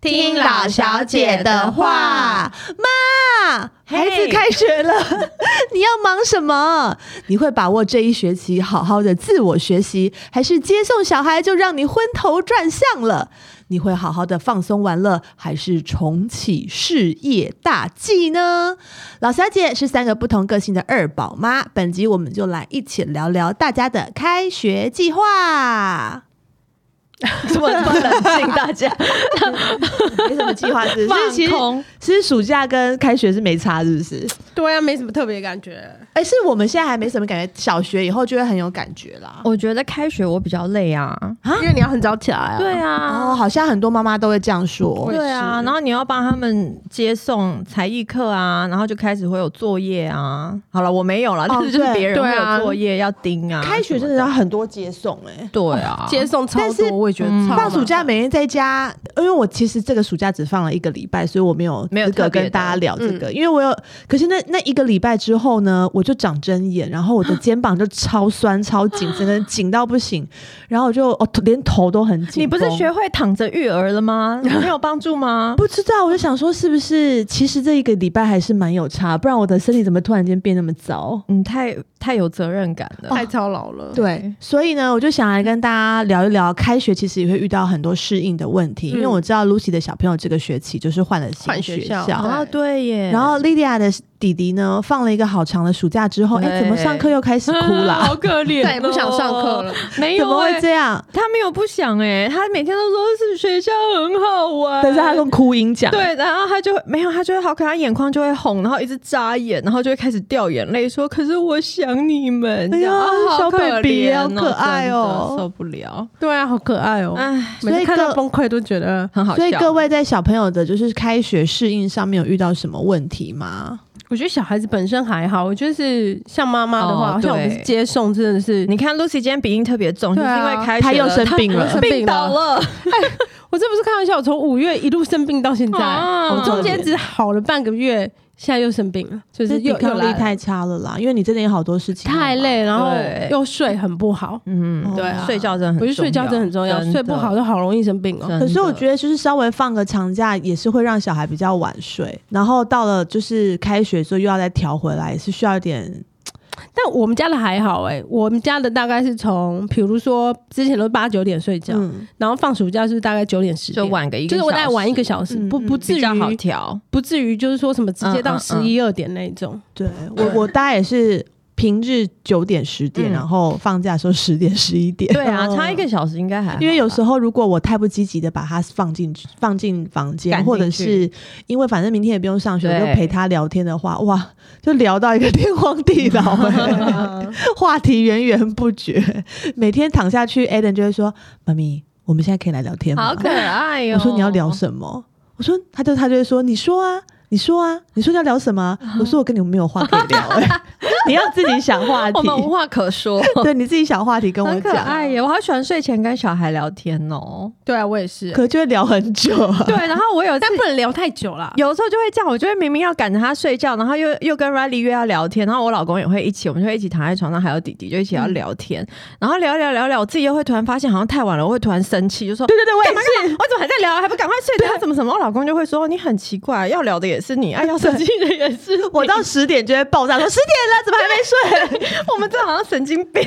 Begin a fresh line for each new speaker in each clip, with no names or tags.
听老小姐的话，妈，孩子开学了， 你要忙什么？你会把握这一学期好好的自我学习，还是接送小孩就让你昏头转向了？你会好好的放松玩乐，还是重启事业大计呢？老小姐是三个不同个性的二宝妈，本集我们就来一起聊聊大家的开学计 划。
怎么这么冷静？大家
没什么计划是不是？其
放
实
空，
其实暑假跟开学是没差，是不是？
对啊，没什么特别感觉。
哎、是我们现在还没什么感觉，小学以后就会很有感觉啦。
我觉得开学我比较累啊。
因为你要很早起来啊。
对啊，
哦，好像很多妈妈都会这样说
我。也
对啊，
是
然后你要帮他们接送才艺课啊，然后就开始会有作业啊。好了，我没有了，
哦
但是就是
对
别人会
对啊
有作业要盯啊。
开学真的
什
要
么
很多接送哎、
对啊，
哦接送超
但是
多，我也觉得
嗯
超麻烦。
放暑假每天在家，因为我其实这个暑假只放了一个礼拜，所以我没有
没有
资格
特别
跟
的嗯
大家聊这个，因为我有。可是那那一个礼拜之后呢，我就长针眼，然后我的肩膀就超酸超紧，真的紧到不行，然后我就哦连头都很紧绷。
你不是学会躺着育儿了吗？没有帮助吗？
不知道，我就想说是不是其实这一个礼拜还是蛮有差，不然我的身体怎么突然间变那么糟？
你嗯太太有责任感了。
太操劳了。
对，所以呢，我就想来跟大家聊一聊，开学其实也会遇到很多适应的问题，因为
嗯
我知道 Lucy 的小朋友这个学期就是换了新
换学
校
校，
啊，对耶。
然后 Lydia 的弟弟呢，放了一个好长的暑假之后，哎，
对
怎么上课又开始哭
啊好
啦？
可怜，
再也不想上课了。
没
怎
有
么
欸
会这样？
他没有不想哎、他每天都说是学校很好玩，
但是他用哭音讲，
对，然后他就会没有，他就会好可爱，他眼眶就会红，然后一直眨眼，然后就会开始掉眼泪，说：“可是我想你们。
哎
这
呀
样”啊
小
好可
baby，
怜哦
好可爱哦
真的受不了，
对啊，好可爱哦！
哎，
所
每
以
次看
各
到崩溃都觉得，
很好笑。
所以各，位在小朋友的就是开学适应上面有遇到什么问题吗？
我觉得小孩子本身还好，我觉得是像妈妈的话，
哦
像我们
对
是接送，真的是，
你看 Lucy 今天鼻音特别重，就
对
是
啊
因为开学
他又
了
生病
她
了
生
病
病
倒
了。
了，
我这不是开玩笑，我从五月一路生病到现在，
啊
我中间只好了半个月，现在又生病了，就是
这抵
又又
抗力
来了
太差了啦，因为你真的有好多事情要
太
忙
累，然后
对
又睡很不好。
嗯，
对啊
睡 觉真的很重要，
我觉得睡觉真的很重要，睡不好就好容易生病哦。
真的。
可是我觉得，就是稍微放个长假，也是会让小孩比较晚睡，然后到了就是开学之后又要再调回来，也是需要一点
但我们家的还好哎、我们家的大概是从，比如说之前都是八九点睡觉，
嗯，
然后放暑假是大概九点十点，
就晚个一个
就
小时，
是我大概晚一个小时，
嗯
不
嗯
不至
比
于
较好调。
不至于就是说什么直接
嗯
到
嗯
十一二点那一种。
对我我大概也是平日九点十点，
嗯
然后放假的时候十点十一点，
对 啊，
嗯
差一个小时应该还好吧，
因为有时候如果我太不积极的把他放进 放进房间，
赶进去
或者是因为反正明天也不用上学，我
对
就陪他聊天的话，哇，就聊到一个天荒地老、欸 话题源源不绝。每天躺下去，Adam 就会说：“妈咪，我们现在可以来聊天吗
好？”可哦爱哟、
我说：“你要聊什么？”我说：“他就他就会说，你说啊。”你说啊，你说要聊什么啊？我说我跟你们没有话可以聊、 欸，你要自己想话题
我，们无话可说，
对，你自己想话题跟我
很可
讲，
爱耶！我好喜欢睡前跟小孩聊天 哦。
对啊，我也是，
可就会聊很久、啊。
对，然后我有一次
但不能聊太久啦。
有时候就会这样，我就会明明要赶着他睡觉，然后又又跟 Riley 约要聊天，然后我老公也会一起，我们就会一起躺在床上，还有弟弟就一
嗯
起要聊天，然后聊一聊聊一聊，我自己又会突然发现好像太晚了，我会突然生气，就说。
对对对，我也
干嘛干嘛？我怎么还在聊啊？还不赶快睡觉？怎么什么？我老公就会说你很奇怪，要聊的也是你，啊，要生气的也 是你
我到十点就会爆炸，说十点了，怎么还没睡？
我们这好像神经病。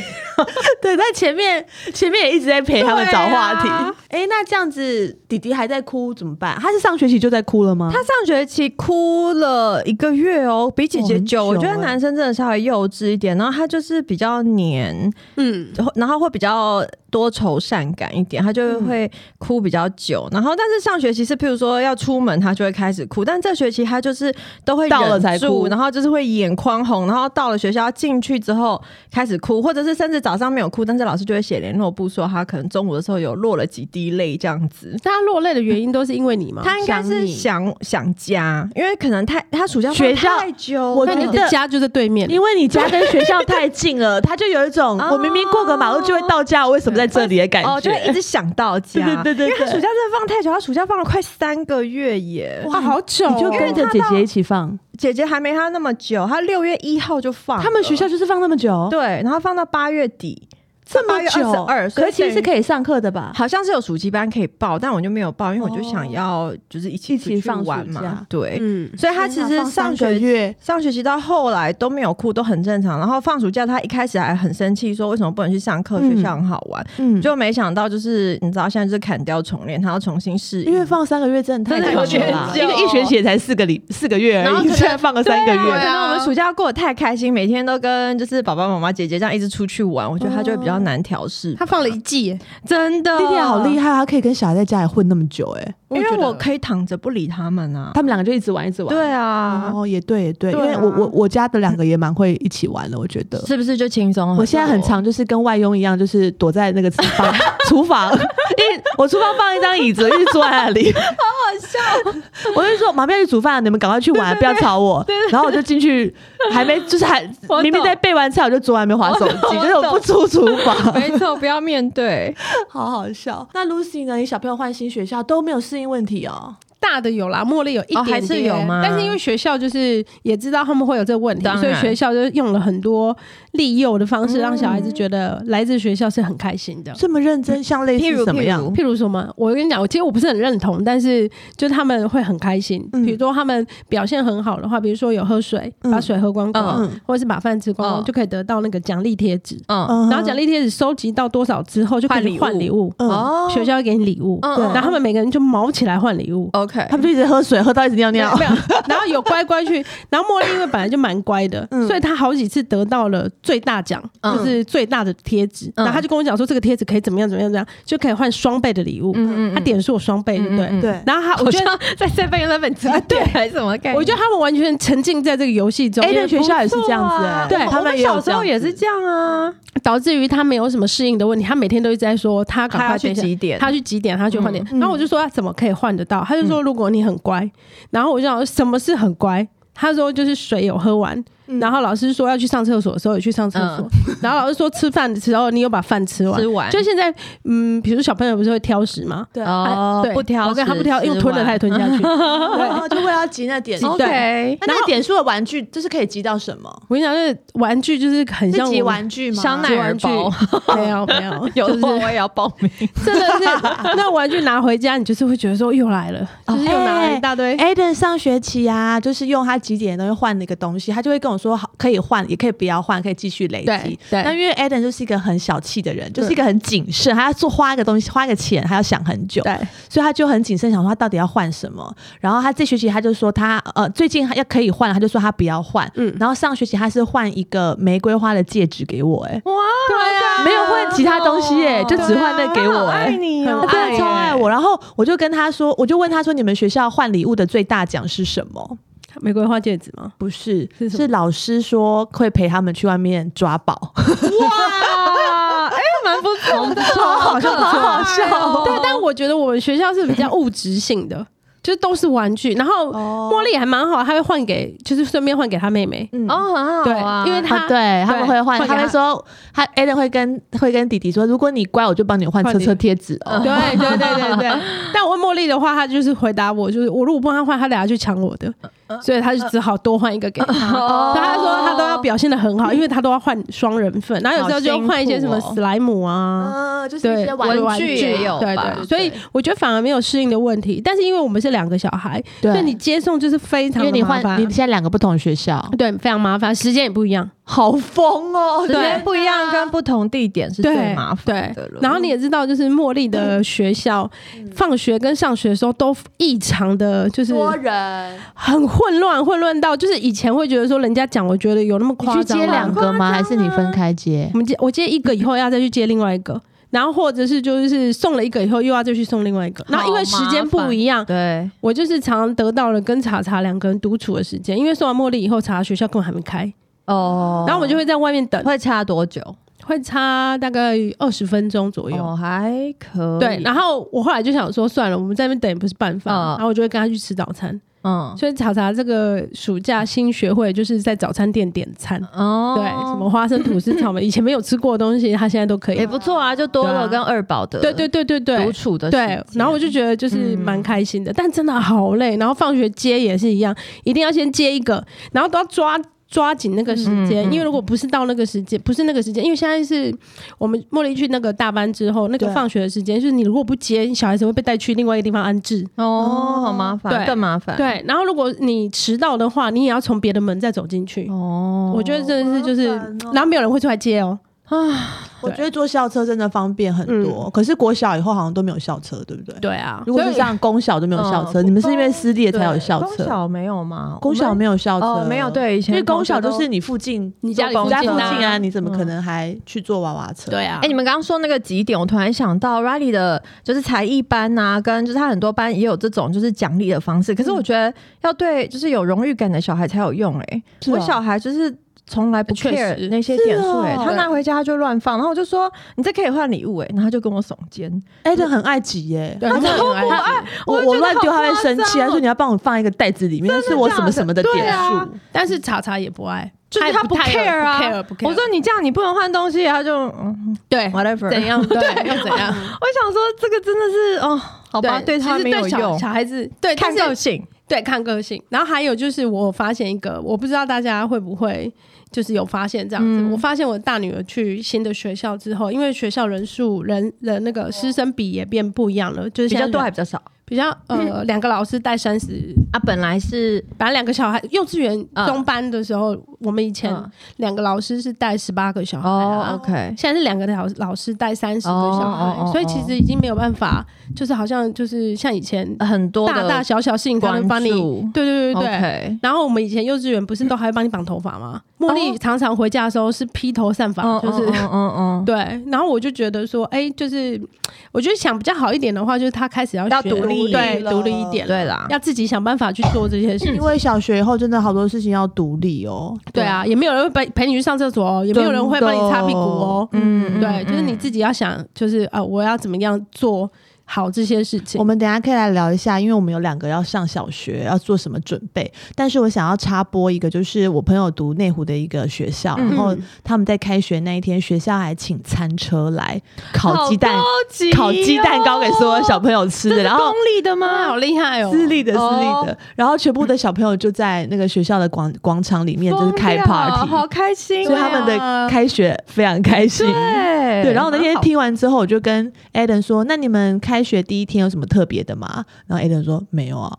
对，但前面前面也一直在陪他们找话题。
对
哎、
啊
那这样子，弟弟还在哭怎么办？他是上学期就在哭了吗？
他上学期哭了一个月哦，比姐
哦
姐
很
久。
久
我觉得
欸
男生真的稍微幼稚一点，然后他就是比较黏，
嗯，
然后会比较多愁善感一点，他就
嗯
会哭比较久。然后，但是上学期是，譬如说要出门，他就会开始哭。但这学期他就是都会
到了才
忍住
哭
然后就是会眼眶红，然后到了学校进去之后开始哭，或者是甚至早上没有哭，但是老师就会写联络簿说他可能中午的时候有落了几滴泪这样子。
大家落泪的原因都是因为你
啊
吗？
他应该
想
是
你
想想家，因为可能太他暑假放
学校
太久，
我
那
觉
你
得
的家就在对面，
因为你家跟学校太近了，他就有一 种
哦
我明明过个马路就会到家，我为什么在这里的感觉。
哦，就会一直想到家。
对对对对对
因为他暑假真的放太久，他暑假放了快三个月耶。
哇，好久哦、
你就跟着姐姐一起放，
姐姐还没他那么久，她六月一号就放了，
他们学校就是放那么久，
对，然后放到八月底。
这么久，
22所以
可其实是可以上课的吧？
好像是有暑期班可以报，但我就没有报，因为我就想要就是一
哦
起
一起
出去
放暑
玩嘛
假，
对，
嗯，
所以他其实上
个
学
月
上学期到后来都没有哭，都很正常。然后放暑假，他一开始还很生气，说为什么不能去上课？
嗯
学校很好玩。
嗯，
就没想到，就是你知道，现在就是砍掉重练，他要重新适应。
因为放三个月真的太
真
长
的有
了啦，
点久
一个一学期也才四个礼四个月
然后
而
可
已，
能
现在放个三个
对啊，可
月，
能我们暑假过得太开心，每天都跟就是爸爸妈妈、姐姐这样一直出去玩，我觉得他就会比较难调试。
他放了一季，
真的，
嗯弟弟好厉
害，
害，他可以跟小孩在家里混那么久，哎，
因为我
以，
可以躺着不理他们啊。
他们两个就一直玩一直玩，
对啊，
哦，也对也对，因
对啊
为我我我家的两个也蛮会一起玩的，我觉得。
是不是就轻松很哦多？
我现在很常就是跟外佣一样，就是躲在那个厨 房，厨房，因为我厨房放一张椅子，我一直坐在那里，好好笑。我就说妈妈要去煮饭，你们赶快去玩，啊不要吵我。然后我就进去，还没就是还
我懂
明明在备完菜，我就昨晚没划手
我
机，
懂
就是我不出厨房，
没错，不要面对。
好好笑。那 Lucy 呢？你小朋友换新学校都没有适应问题哦。
大的有啦，茉莉有一点
哦还是
点
有吗
但是因为学校就是也知道他们会有这个问题，
当
所以
然嗯
学校就用了很多利诱的方式，让小孩子觉得来自学校是很开心的。
这么认真，像类
譬如
似什么样
譬？如
譬如什么，我跟你讲，我其实我不是很认同，但是就是他们会很开心。
嗯
比如说他们表现很好的话，比如说有喝水，
嗯
把水喝光光，
嗯
或者是把饭吃光光，
嗯
就可以得到那个奖励贴纸。
嗯，
嗯
然后奖励贴纸收集到多少之后，就可
换礼
以
物
换礼物。
嗯
哦
学校会给你礼物，
嗯
对
然后他们每个人就毛起来换礼物。
OK，
他们就一直喝水，喝到一直尿
没有
尿，
没有，然后有乖乖去，然后茉莉因为本来就蛮乖的，
嗯
所以她好几次得到了最大奖，
嗯
就是最大的贴纸。
嗯
然后她就跟我讲说，这个贴纸可以怎么样怎么样怎么样，就可以换双倍的礼物。
嗯
她点数有双倍，对不对？
嗯嗯嗯
对。
然后她，
我
我
觉
觉得，
得在这边在本啊，对，还是什么概念？
我觉得他们完全沉浸在这个游戏中，
A 的哎学校也是这样子、哎，
对
他们
我们
也有
小时候
这样
也
子
是这样啊，
导致于她没有什么适应的问题。她每天都一直在说，她赶快等一下
点
他去几点，他去换点。
嗯
然后我就说啊他怎么可以换得到？他就说如果你很乖。然后我就想什么是很乖？他说就是水有喝完，
嗯
然后老师说要去上厕所的时候也去上厕所，然后老师说吃饭的时候你有把饭吃完
嗯吃。完
就现在，嗯，比如小朋友不是会挑食吗？
对
哦
啊对
不挑食
我跟他不挑，因为
吃
吞了
完
他也吞下 去。对，
哦，就为了要集那点数。哦
集
OK
那那个点数的玩具，这是可以集到什么？
我跟你讲，就是玩具就是很
是
像
集
我
玩具吗？
香奈儿包，，
没有没有
有
就
的话
是
我也要报 名。
真的是那玩具拿回家，你就是会觉得说又来了，
哦
就是又拿了一大堆。
Aden 上学期啊，就是用他几点的东西换了一个东西，他就会跟我说好，可以换，也可以不要换，可以继续累积
对。对
那因为 Aden 就是一个很小气的人，就是一个很谨慎，他要做花一个东西，花一个钱，还要想很久，
对，
所以他就很谨慎，想说他到底要换什么。然后他这学期他就说他呃最近要可以换，他就说他不要换。
嗯
然后上学期他是换一个玫瑰花的戒指给我、哎，
哇，对啊
没有换其他东西、哎，就只换那给我、哎、
爱你
哦
哦，
他真的超爱我。然后我就跟他说，我就问他说，你们学校换礼物的最大奖是什么？
玫瑰花戒指吗？
不是，
是
是
什么
老师说会陪他们去外面抓宝。
哇， 哎，蛮不错的，
超好笑超好笑
对，但我觉得我们学校是比较物质性的， 就是都是玩具。然后
哦
茉莉还蛮好，她会换给，就是顺便换给她妹妹。
嗯。
哦，很好啊，
对因为他
啊，对，他们会换，
换给
他
他
会说，他 a d e n 会跟会跟弟弟说，如果你乖，我就帮你换
换
车
你
车贴纸哦。
对对对对对。 但我问茉莉的话，她就是回答我，就是我如果不帮她换，她等下去抢我的，
嗯
所以她就只好多换一个给她。
哦
所以她说她都要表现的很好，因为她都要换双人份，然后有时候就换一些什
好
么
辛苦哦
史莱姆啊，
嗯，就是
对，
玩具
啊
也有
对
吧
对，所以我觉得反而没有适应的问题。但是因为我们是两个小孩，
对
所以你接送就是非
因
常
为
的
你
麻
换，
烦
你，现在两个不同学校，
对，非常麻烦，时间也不一样，
好疯哦！
时间
对
不一样，跟不同地点是最
对
麻烦
对
的了。。
然后你也知道，就是茉莉的学校，放学跟上学的时候都异常的，就是
人，
很混乱，混乱到就是以前会觉得说人家讲，我觉得有那么
你
夸
去
张吗，
接两个吗？还是你分开接
我？们接我接一个以后要再去接另外一个。然后或者是就是送了一个以后又要再去送另外一个，然后因为时间不一样，
对，
我就是常常得到了跟查查两个人独处的时间，因为送完茉莉以后，查查学校根本还没开，
哦
然后我就会在外面等，
会差多久？
会差大概二十分钟左右。
哦，还可以。
对，然后我后来就想说，算了，我们在那边等也不是办法，
嗯
然后我就会跟他去吃早餐。
嗯，
所以查查这个暑假新学会就是在早餐店点餐，
哦，
对，什么花生吐司、草莓，以前没有吃过的东西，他现在都可以
也。不错啊，就多了跟二宝的
对对对对对
独，处的时
对
间，
然后我就觉得就是蛮开心的，但真的好累。然后放学接也是一样，一定要先接一个，然后都要抓抓紧那个时
嗯
间，
嗯
因为如果不是到那个时间，不是那个时间，因为现在是我们茉莉去那个大班之后，那个
对
放学的时间，就是你如果不接，小孩子会被带去另外一个地方安置。
哦，好麻烦，
对
更麻烦，，
对，然后如果你迟到的话，你也要从别的门再走进去。
哦，
我觉得真的是就是，
好麻烦哦
然后没有人会出来接哦。
啊，
我觉得坐校车真的方便很多，可是国小以后好像都没有校车，对不对？
对啊，
如果是
所以
这样，公校都没有校车，
嗯
你们是因为私立的才有
对
校
公
车，
小没有吗？
公
我
校
们
没有校
哦
车，，
没有，对，以前
因为公小
同
就
学
是你附近，
你家里
公
你家附
交
近啊，
嗯
你怎么可能还去坐娃娃车？
对啊，
哎、你们刚刚说那个几点，我突然想到 Riley 的，就是才艺班啊，跟就是他很多班也有这种就是奖励的方式。可是我觉得要对就是有荣誉感的小孩才有用哎、
是哦
我小孩就是从来不
确
care
实
那些点数哎、
是哦
他拿回家他就乱放，然后我就说你这可以换礼物哎、然后他就跟我耸肩，
艾伦哎很爱挤耶，
对，他们很爱
爱，
我
我
我
觉得
乱丢
好
他
夸
会生气，
张
他说你要帮我放一个袋子里面，那是我什么什哦么的啊嗯
真的
点
假的
数。
但是查查也不爱，
就是他
不太
care 啊
不 care，不 care。
我说你这样你不能换东西，他就嗯
对
whatever
怎样对又怎样，
我想说这个真的是哦， 好吧，对
其
他
实
没有
对小
用
小，孩子对，
看
但
个
是
性。
对看个性。然后还有就是，我发现一个，我不知道大家会不会就是有发现这样子。
嗯
我发现我大女儿去新的学校之后，因为学校人数人人那个师生比也变不一样了，就
比
是现在
较多还嗯
人
比较少
比较呃两个老师带三十，
啊？本来是
本来两个小孩幼稚园
嗯
中班的时候，我们以前
嗯
两个老师是带十八个小孩啊。
哦，OK，
现在是两个老老师带三十个小孩
哦哦哦哦
所以其实已经没有办法，就是好像就是像以前
很多
大
的
大小小事情他
呃关
们帮你，
注，
对对对对对。
OK，
然后我们以前幼稚园不是都还会帮你绑头发吗？茉莉常常回家的时候是披头散发，
嗯
就是、
嗯嗯嗯嗯，
对。然后我就觉得说，哎、就是我觉得想比较好一点的话，就是他开始 要
要
学
独立
对，
了
独立一点，
对啦，
要自己想办法去做这些事情
嗯
因。为小学以后真的好多事情要独立哦。
对啊，也没有人会陪陪你去上厕所哦，也没有人会帮你擦屁股哦。
嗯
对，就是你自己要想，就是啊、我要怎么样做好这些事情
我。们等一下可以来聊一下，因为我们有两个要上小学，要做什么准备。但是我想要插播一个，就是我朋友读内湖的一个学校，
嗯
然后他们在开学那一天，学校还请餐车来烤鸡蛋、烤鸡
哦
蛋糕给所有小朋友吃的，然后
公立的
哇，
吗
好？厉害哦！
私立的私立的
哦，
然后全部的小朋友就在那个学校的广广场里面就是开
疯掉
party，
好开心哦，
所以他们
对啊
的开学非常开心。
对
对，然后我那天
蛮好
听完之后，我就跟 Adam 说：“那你们开学第一天有什么特别的吗？”然后 Adam 说：“没有啊。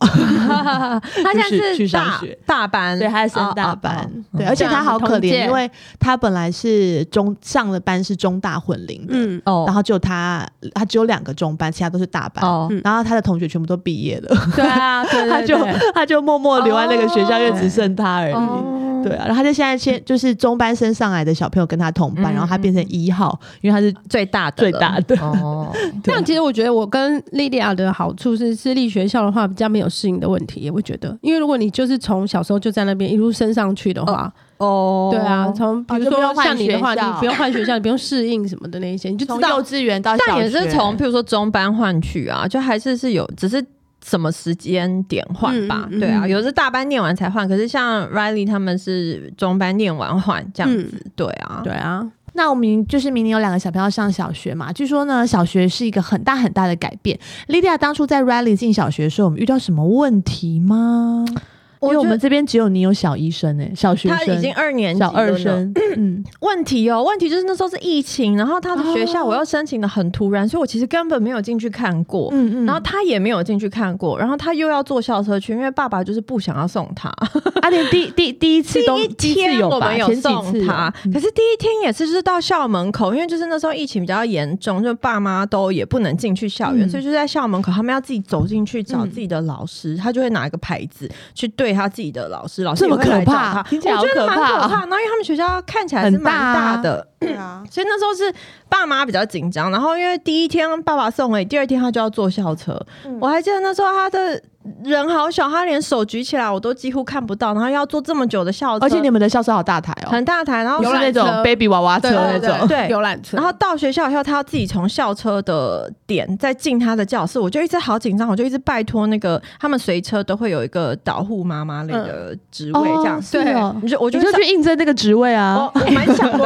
他现在
去去
是
上
大
学
大班，哦
对，他在升大班，哦对，而且他好可
这
怜，
样同届
因为他本来是中上的班是中大混龄的，
嗯，
哦
然后就他他只有两个中班，其他都是大班。
哦
嗯
然后他的同学全部都毕业了，
对啊，对对对
他就他就默默留在那个学校，
哦
因为只剩他而已。
哦
对啊，然后他就现在先就是中班升上来的小朋友跟他同班，
嗯
然后他变成一号，因为他是
最大的
最
了
大的
哦，
这样其实我觉得我跟莉莉亚的好处是，私立学校的话比较没有适应的问题，我觉得，因为如果你就是从小时候就在那边一路升上去的话，
哦
对啊，从比
哦
如
就不用
说
换
像你的话，
学校
你不用换学校，你不用适应什么的那一些，你就
从幼
知道
稚园到小学，
但也是从譬如说中班换去啊，就还是是有，只是什么时间点换吧，
嗯嗯嗯
对啊，有的是大班念完才换，可是像 Riley 他们是中班念完换这
嗯
样子，对啊，
嗯对啊，
那我们就是明年有两个小朋友上小学嘛，据说呢，小学是一个很大很大的改变。Lydia 当初在 Riley 进小学的时候，我们遇到什么问题吗？因
觉
为
得
我们这边只有你有小医生哎、小学
他
生
已经二年级
小二
了呢
生，嗯，
问题哦，问题就是那时候是疫情，然后他的学校
哦
我又申请的很突然，所以我其实根本没有进去看过。
嗯嗯，
然后他也没有进去看过，然后他又要坐校车去，因为爸爸就是不想要送他。
阿莲啊第第第一次都
第一
第一次
天
有
我
吧，
们有
前几次
送
有嗯
他，可是第一天也是就是到校门口，因为就是那时候疫情比较严重，就爸妈都也不能进去校园，
嗯
所以就在校门口，他们要自己走进去找
嗯
自己的老师，他就会拿一个牌子去对他自己的老师，老师
这么
也会来
可
找
怕
他
听起来
我觉
好
得
可
蛮
怕
可
啊
怕。然后因为他们学校看起来是
很大
蛮
啊
大的，
对啊，
所以那时候是爸妈比较紧张，然后因为第一天爸爸送回，第二天他就要坐校车。我还记得那时候他的人好小，他连手举起来我都几乎看不到，然后要坐这么久的校车，
而且你们的校车好大台哦，
很大台，然后
不是
游览
那种
车
baby 娃娃车
对
那
对
种
对，
对
游览车，
然后到学校以后，他要自己从校车的点再进他的教室，我就一直好紧张，我就一直拜托那个他们随车都会有一个导护妈妈类的职位，这样、
哦是哦
你就我哦
我
就
就去应征那个职位啊
我。我蛮想的、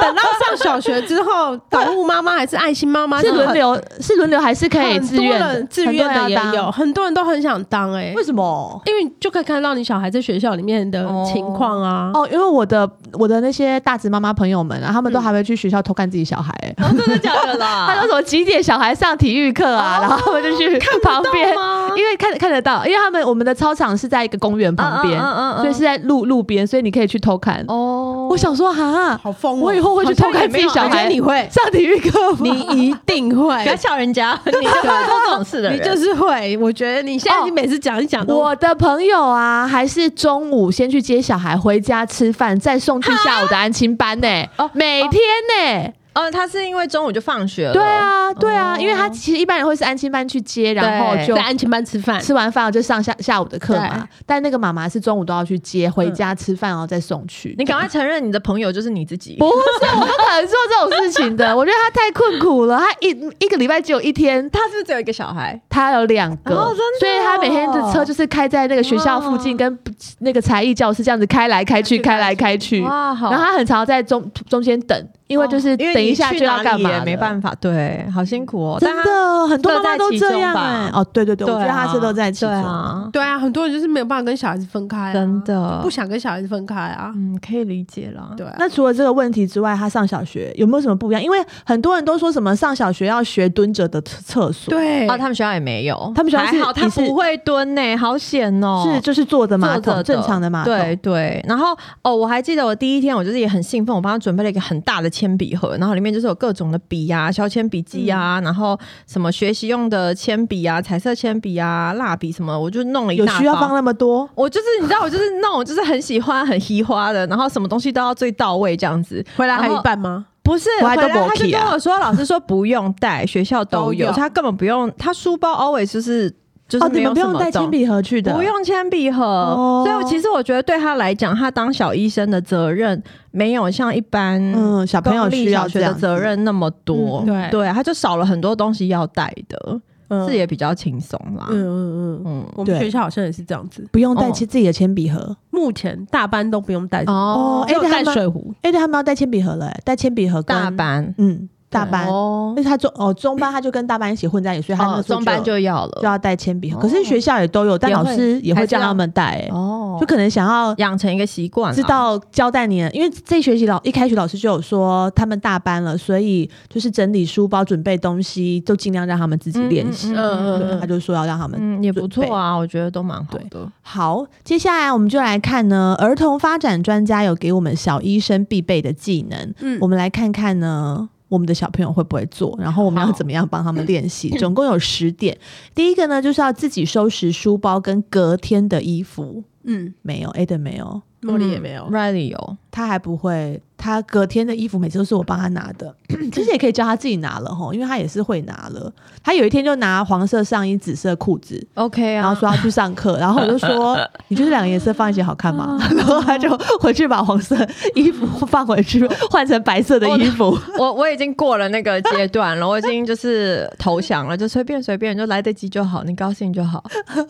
等到上上小学之后，导入妈妈还是爱心妈妈
是
真的
轮
很
流，是轮流还是可以自愿
很多
的
人？自愿的
很多人
也
要当
有，很多人都很想当哎、
为什么？
因为你就可以看到你小孩在学校里面的情况啊。
哦，因为我的我的那些大直妈妈朋友们啊，他们都还会去学校偷看自己小孩、欸。
哦真的假的 啦？
他说什么几点小孩上体育课啊，然后他们就去旁边，
吗
因为看看得到，因为他们我们的操场是在一个公园旁边，
嗯
所以是在路路边，所以你可以去偷看。
哦
我想说哈，
好疯哦
我以后会去偷看自己小
好像也没有我觉
孩，
得你会
上体育课吗？
你一定会
不要笑人 家，你就是会做这种事的
你
人，
就是会，我觉得你现在
哦
你每次讲一讲都，
我的朋友啊，还是中午先去接小孩回家吃饭，再送去下午的安亲班呢、
哦
每天呢、
哦，他是因为中午就放学了，
对，啊，对啊，
哦
因为他其实一般人会是安亲班去接，然后
对
就
在安全班吃饭，
吃完饭就上下下午的课嘛
对。
但那个妈妈是中午都要去接，回家吃饭然后再送去。
嗯你赶快承认你的朋友就是你自己，
不是，我不可能做这种事情的。我觉得他太困苦了，他一一个礼拜只有一天，
他是不是只有一个小孩？
他有两个，
哦真的哦
所以他每天的车就是开在那个学校附近，
哇
跟那个才艺教室这样子开来开去，开来开去。
哇，好
然后他很常在中中间等，因为就是
因为
等一下
你去
就要
哪
干
里
嘛
也
了，
没办法，对，好辛苦哦，
真
但他
的很多妈妈都这样哎、
乐在其中吧
哦，对对对，
对啊
我觉得他是乐在其中。
对啊，
对啊，很多人就是没有办法跟小孩子分开、啊，
真的
不想跟小孩子分开啊，
嗯，可以理解啦。
对啊，
那除了这个问题之外，他上小学有没有什么不一样？因为很多人都说什么上小学要学蹲着的厕厕所，，
对
哦，他们学校也没有，
他们学校是
还好，他
你是
不会蹲呢，好险哦，
是就是坐着马
坐着
桶，正常的马桶。
对对，然后哦，我还记得我第一天，我就是也很兴奋，我帮他准备了一个很大的铅笔盒，然后里面就是有各种的笔啊、削铅笔机啊，然后什么学习用的铅笔啊、彩色铅笔啊、蜡笔什么，我就弄了一
有
大
需要
包
放那么多？
我就是你知道，我就是那种就是很喜欢很稀花的，然后什么东西都要最到位这样子。
回来还
然后
一半吗？
不是，
我
回
还
来
都没
他就
去啊
跟我说，老师说不用带，学校都
都
有，
有
所以他根本不用，他书包 always 就是就是
哦，你们
没有
不
什
用
么
带
东
铅笔盒去的，
不用铅笔盒，
哦
所以我其实我觉得对他来讲，他当小医生的责任没有像一般
嗯，小朋友
公立
需
小
要
学
这
的
样子
责，任那么多，
嗯
对
对，他就少了很多东西要带的，
嗯
这也比较轻松啦。
嗯嗯嗯，
嗯，
我们
对
学校好像也是这样子，
不用带
哦
其自己的铅笔盒。
目前大班都不用带，
哦
只有
哎那他
带
们
水壶，
哎，对，他们要带铅笔盒了，哎带铅笔盒跟
大，班
嗯，大班。
哦
因，为他中哦中班他就跟大班一起混在一起，所以他那
哦
个时候
中班
就
就要
就
了，
要带铅笔盒。
哦
可是学校也都有，但
也
老
会
师也
还
会
是
叫
要
他们带，哎
哦
就可能想要
养成一个习惯啦，啊
知道交代你了，因为这一学期老一开学老师就有说他们大班了，所以就是整理书包、准备东西，都尽量让他们自己练习。
嗯嗯
对
嗯
他就说要让他们、
嗯，也不错啊，我觉得都蛮好的。
好。接下来我们就来看呢，儿童发展专家有给我们小医生必备的技能，
嗯
我们来看看呢。我们的小朋友会不会做？然后我们要
好
怎么样帮他们练习？ 总共有十点。第一个呢，就是要自己收拾书包跟隔天的衣服。
嗯，
没有，Ada 没有，
茉莉也没有，
嗯，Riley 有，
他还不会，他隔天的衣服每次都是我帮他拿的，其实也可以叫他自己拿了吼，因为他也是会拿了。他有一天就拿黄色上衣、紫色裤子，
OK
然后
啊，
说要去上课，然后我就说你就是两个颜色放一起好看嘛，然后他就回去把黄色衣服放回去，换成白色的衣服。
我我已经过了那个阶段了，我已经就是投降了，就随便随便就来得及就好，你高兴就好。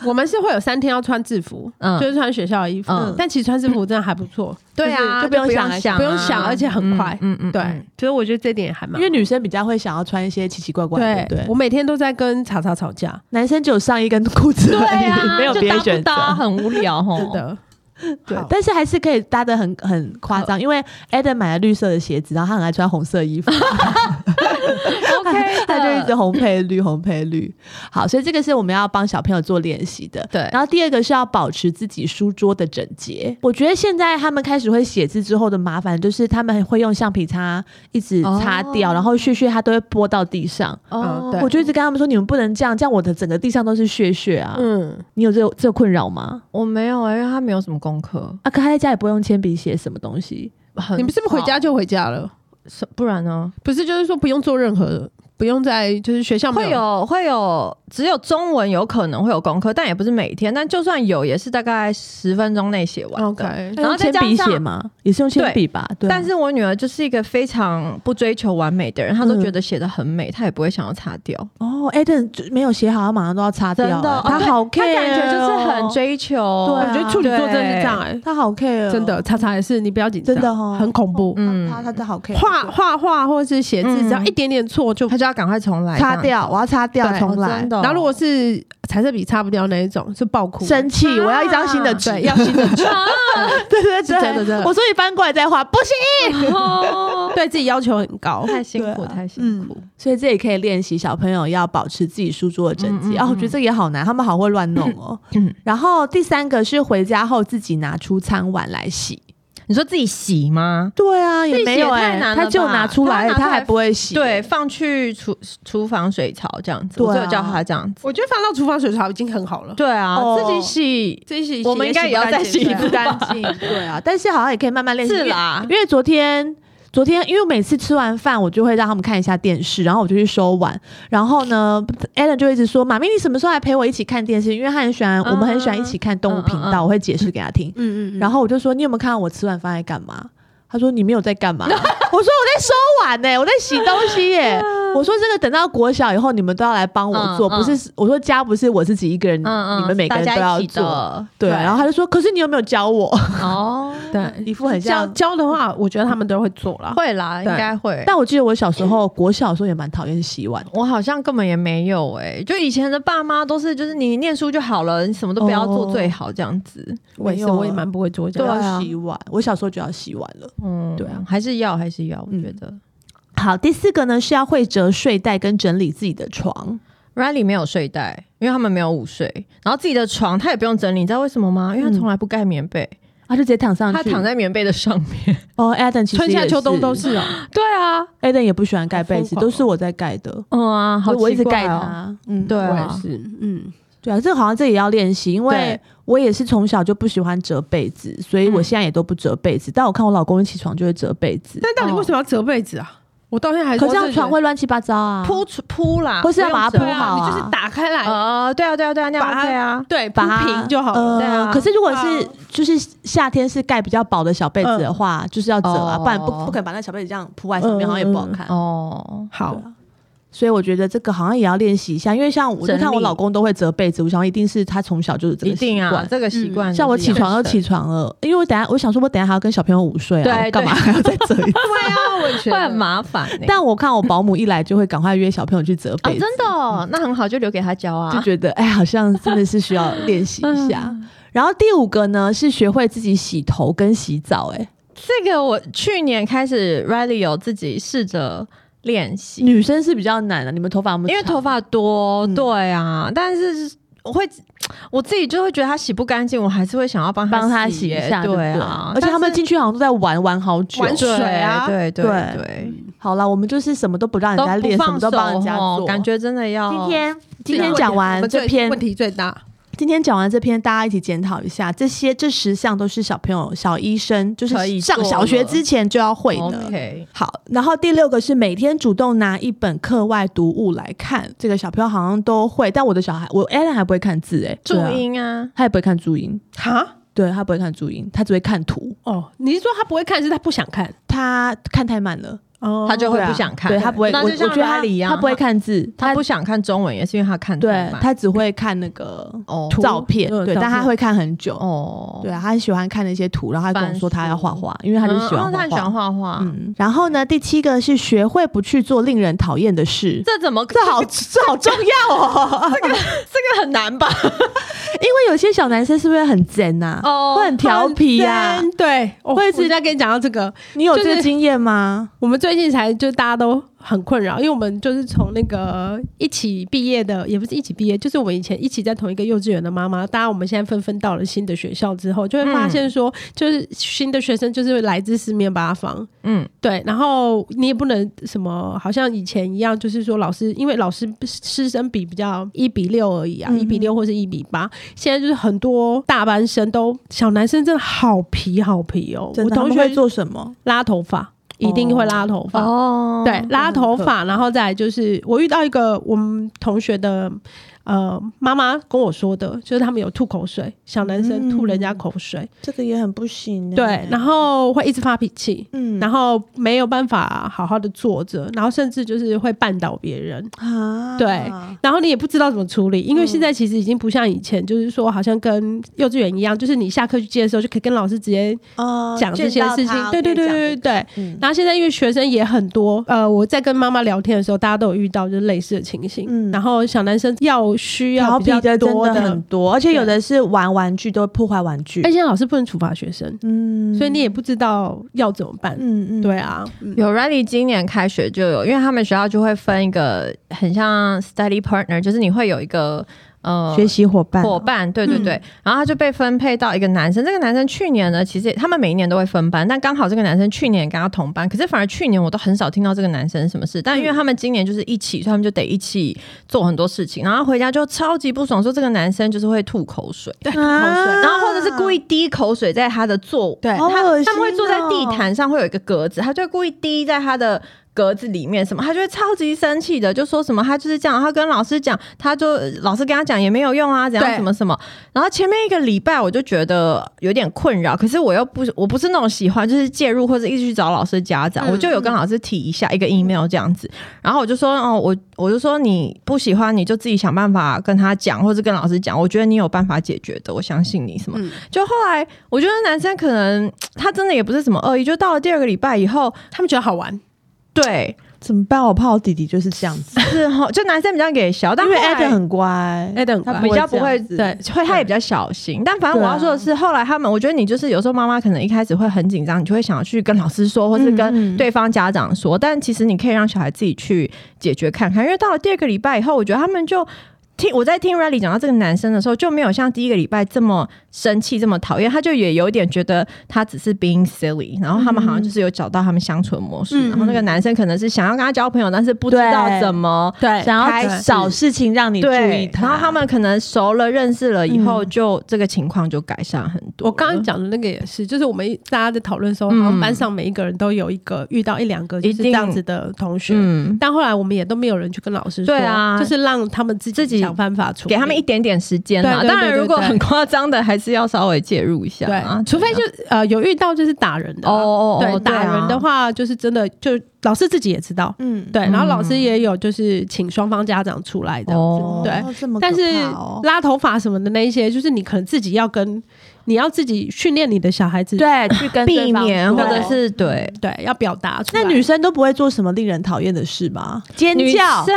我们是会有三天要穿制服，
嗯
就是穿学校的衣服
嗯，
但其实穿制服真的还不错，
对啊，
就不用想来
想啊，
不用想，而且很快，
嗯嗯，嗯
对，，所以我觉得这点也还蛮
因。为女生比较会想要穿一些奇奇怪怪的，对，
我每天都在跟查查吵架，
男生只有上衣跟裤子而已，
对 啊，
没有别的
就
选
搭不
择。
搭很无 聊吼。
真的。
对
哦好，
但是还是可以搭的很很夸张，因为 Adam 买了绿色的鞋子，然后他很爱穿红色衣 服，
OK，
他就一直
的
红配绿，红配绿。好，所以这个是我们要帮小朋友做练习的。
对
然后第二个是要保持自己书桌的整洁。我觉得现在他们开始会写字之后的麻烦，就是他们会用橡皮擦一直擦掉，
哦
然后屑屑它都会泼到地上。
哦
嗯，对
我就一直跟他们说，你们不能这样，这样我的整个地上都是屑屑啊。
嗯，
你有这这个困扰吗？
我没有啊，因为他没有什么功课，
啊，可他在家也不会用铅笔写什么东西。
很
你们是不是回
少
家就回家了？
是不然呢？
嗯
不是，就是说不用做任何，不用在就是学校没
会有会有只有中文有可能会有功课，但也不是每天。但就算有，也是大概十分钟内写完的。
OK，
然后再
铅
加
笔
上
写吗？也是用铅笔吧？对啊，
但是我女儿就是一个非常不追求完美的人，她都
嗯
觉得写的很美，她也不会想要擦掉。
哦，哎，但就没有写好，马上都要擦掉
真
了，
的，哦
他
对
好 care，
她感觉就是
哦
很追求。
对啊
我觉得处女座真的是这样哎、
他好 care，哦
真的，查查也是，你不要紧张，
真的哦
很恐怖。
嗯，
嗯
他他他好 care，
画画画或是写字，
嗯
只要一点点错就
她就要赶快重来，
擦掉，我要擦掉，
对
重
这样。哦
来
真，的哦，
然后如果是彩色笔擦不掉那一种，是爆哭。
生气，我啊要一张新的纸，啊
对，要新的 纸，
对对对，
是真的真的
我所以翻过来再画，不行。
哦
对自己要求很高。嗯
太辛
对
苦，
啊
太辛苦。
所以这也可以练习小朋友要保持自己书桌的整洁
嗯嗯
啊、我觉得这个也好难，他们好会乱弄哦。
嗯
然后第三个是回家后自己拿出餐碗来洗。
你说自己洗吗？
对啊，也
自己
没
洗也
有哎、
太难了
他就
吧
拿出
他
来，
拿出
啊他还
来
不会洗、欸
对，，放去厨厨房水槽这样子，
对啊
我只有叫她这样子。
我觉得放到厨房水槽已经很好了。
对啊，
哦
自己洗
自己洗
我们应该也要再洗
也
一
不
次
干
干净。啊 对啊，但是好像也可以慢慢练习。
是
因为
啦
因，为昨天。昨天，因为我每次吃完饭，我就会让他们看一下电视，然后我就去收碗。然后呢 a l a n 就一直说：“妈咪，你什么时候来陪我一起看电视？”因为他很喜欢，我们很喜欢一起看动物频
嗯嗯嗯
道，我会解释给他听。
嗯嗯嗯，
然
后
后我就说：“你有没有看到我吃完饭在干嘛？”他说：“你没有在干 嘛？”我说：“我在收碗呢、欸我在洗东西耶、我说：“这个等到国小以后，你们都要来帮我做，
嗯嗯嗯
不是我说家不是我自己一个人，
嗯嗯，
你们每个人
大
都
家
要
一起
做。
的”
对，然后他就说：“可是你有没有教我
哦，
对？”
一副很
教
像。
教的话，我觉得他们都会做啦。
会啦，应
对
该会。
但我记得我小时候国小的时候也蛮讨厌洗碗的，
我好像根本也没有哎、就以前的爸妈都是，就是你念书就好了，你什么都不要
哦
做最好这样子。
我也是，
没有啊
我也蛮不会做这
就
样。
对啊
要洗碗。我小时候就要洗碗了。
嗯，
对啊，
还是要还是要，我
嗯
觉得。
好，第四个呢是要会折睡袋跟整理自己的床。
Riley 没有睡袋，因为他们没有午睡，然后自己的床他也不用整理，你知道为什么吗？因为他从来不盖棉被，
他啊就直接躺上
他
去，
躺在棉被的上面。
哦，Adam 其实
春夏
也
秋冬都是啊，
对啊，
Aden 也不喜欢盖被子，
好疯狂哦
都是我在盖的，
嗯啊，好
所以
奇怪、哦，
我一直盖它。嗯，
对
我
啊
也是，嗯，
对啊，这好像这也要练习，因为
对
我也是从小就不喜欢折被子，所以我
嗯
现在也都不折被子。但我看我老公一起床就会折被子，
但到底为什么要折被子啊？我到现在还
哦可这样床会乱七八糟啊，
铺出铺啦，
或是要把它
不用
铺
折
好啊
你就是打开来，
呃，对啊，对啊，对啊，那样
把它
OK 啊。
对，铺
把它
平就好了。
呃
对啊
可是如果
对
是
啊
就是夏天是盖比较薄的小被子的话，就是要折啊，
哦
不然不不可能把那小被子这样铺在上面，
嗯
好像也不好看。啊
哦，
好，
所以我觉得这个好像也要练习一下，因为像我就
整理
看我老公都会折被子，我想一定是他从小就是这
一
个习
定啊
惯，。
这个习
嗯
惯、
像我起床都起床了，因为我等下我想说，我等下还要跟小朋友午睡啊，
对
我干嘛
对
还要再折一次？
对啊， 我也觉得会很麻烦、欸。
但我看我保姆一来就会赶快约小朋友去折
哦
被，子，嗯
真的、哦，那很好，就留给他教啊。嗯
就觉得哎，好像真的是需要练习一下。然后第五个呢是学会自己洗头跟洗澡、哎，
这个我去年开始 Riley 有自己试着练习，
女生是比较难的、你们头发有没有
因为
长
头发多，
嗯
对啊，但是我会我自己就会觉得他洗不干净，我还是会想要帮
帮
他
他洗一
耶
下，对不
对
对
啊，
而且他们
但是
进去好像都在玩玩好久。
玩水啊
对
对
对对对，
好了，我们就是什么都不让人
都
家
不
练，什么
放手
都帮人家
哦
做。，哦啊
感觉真的要
今天今
这
天
个
讲
我
完
们
这
最
篇
问题最大，
今天讲完这篇，大家一起检讨一下，这些这十项都是小朋友、小医生，就
可
是
以
上
做
小学
了
之前就要会的。
OK，
好，然后第六个是每天主动拿一本课外读物来看，这个小朋友好像都会，但我的小孩，我 Alan 还不会看字哎、欸，
注
对啊，
音啊，
他也不会看注音，
哈。
对他不会看注音，他只会看图，
哦，你是说他不会看，是他不想看？
他看太慢了，
哦
他就会不想看，
对他不会，我
那
我
就
觉
像
得他
Riley 一样，啊
他不会看字，
他不想看中文，也是因为他看
对
太慢
他只会看那个
哦
照片，
嗯
对，
照
但他
片
会看很久。
哦，
对啊，他很喜欢看那些图，然后他跟我说他要画画，因为他就喜欢
嗯哦他
画
很喜欢
画。
画画，
嗯，然后呢，第七个是学会不去做令人讨厌的事，
这怎么
这 好这好重要哦，
这个很难吧？
因为有些小男生是不是很贱呐、
哦
会很调皮呀、
很真对，我
啊我
我
一
一
直
直在跟你讲到这个，
你有这
就
个
是
经验吗？
我们最近才就大家都很困扰，因为我们就是从那个一起毕业的，也不是一起毕业，就是我们以前一起在同一个幼稚园的妈妈，大家我们现在纷纷到了新的学校之后，就会发现说，就是新的学生就是来自四面八方，
嗯，
对，然后你也不能什么，好像以前一样，就是说老师，因为老师师生比比较一比六而已啊，
嗯
一、比六或是一比八。现在就是很多大班生都小男生真的好皮好皮哦，
真
我
的，他
同
们会
学
做什么？
拉头发一定会拉头发。
哦
对，拉头发，然后再来就是我遇到一个我们同学的呃妈妈跟我说的，就是他们有吐口水，小男生吐人家口水，
这个也很不行、欸。
对，然后会一直发脾气，
嗯
然后没有办法好好的坐着，然后甚至就是会绊倒别人，
啊，
对然后你也不知道怎么处理，因为现在其实已经不像以前，就是说好像跟幼稚园一样，就是你下课去接的时候就可以跟老师直接
哦，
讲这些
见
事
到
情。
他
对对对对对
可以讲
对。
嗯
然后现在因为学生也很多，呃，我在跟妈妈聊天的时候，大家都有遇到就是类似的情形。
嗯
然后小男生要需
调
要比
皮
较
的真
多
的很多，而且有的是玩玩具都会破坏玩具
而。且现在老师不能处罚学生，
嗯
哎所以你也不知道要怎么办。
嗯嗯，
对啊，嗯
有 Riley 今年开学就有，因为他们学校就会分一个很像 study partner，就是你会有一个呃
学习嗯伙伴
伙伴，对对对。然后他就被分配到一个男生，这个男生去年呢，其实他们每一年都会分班，但刚好这个男生去年跟他同班，可是反而去年我都很少听到这个男生什么事。但因为他们今年就是一起，所以他们就得一起做很多事情。然后回家就超级不爽，说这个男生就是会吐口水，
对，
啊
口水
然后或者是故意滴口水在他的座
对
好
他
恶心哦
他们会坐在地毯上，会有一个格子，他就会故意滴在他的格子里面，什么，他就会超级生气的，就说什么他就是这样，他跟老师讲，他就呃老师跟他讲也没有用啊，怎样
对
什么什么。然后前面一个礼拜我就觉得有点困扰，可是我又不是我不是那种喜欢就是介入或者一直去找老师家长，
嗯
我就有跟老师提一下一个 email 这样子，然后我就说哦，我我就说你不喜欢你就自己想办法跟他讲，或者跟老师讲，我觉得你有办法解决的，我相信你什么。
嗯
就后来我觉得男生可能他真的也不是什么恶意，就到了第二个礼拜以后，
他们觉得好玩，
对，
怎么办？我怕我弟弟就是这样子，
是吼，就男生比较给小，但
因为
后来
Adam 很乖
哎，等
嗯他
比较不
不会
会
这
样
对，会他也比较小心。但反正
对
我
啊
要说的是，后来他们，我觉得你就是有时候妈妈可能一开始会很紧张，你就会想要去跟老师说，或是
嗯嗯
跟对方家长说。但其实你可以让小孩自己去解决看看，因为到了第二个礼拜以后，我觉得他们就。听我在听 Riley 讲到这个男生的时候，就没有像第一个礼拜这么生气、这么讨厌，他就也有点觉得他只是 being silly，然后他们好像就是有找到他们相处的模式，
嗯嗯
然后那个男生可能是想要跟他交朋友，但是不知道
对
怎么
对
想
开
要
始
找事情让你注意
对，然后他们可能熟了、认识了以后，就这个情况就改善很多了。
我刚刚讲的那个也是，就是我们一大家在讨论的时候，好像
嗯
班上每一个人都有一个遇到一两个就
一
是
定
这样子的同学，
嗯，
但后来我们也都没有人去跟老师说，
对啊
就是让他们自
自
己
己
想办法处理，
给他们一点点时间啦。
对对对
当然，如果
对对
很夸张的，还是要稍微介入一下
对
啊，，
除非就呃有遇到就是打人的
哦
啊、
哦哦，
对打人的
话，
话就是真的就老师自己也知道，
嗯
对，然后老师
嗯
也有就是请双方家长出来的，
哦
对，
这么
但是
可怕哦
拉头发什么的那一些，就是你可能自己要跟你要自己训练你的小孩子，
对啊去跟
避免或
对
者是对
对，要表达出来。
那女生都不会做什么令人讨厌的事吗？尖
女
叫。
生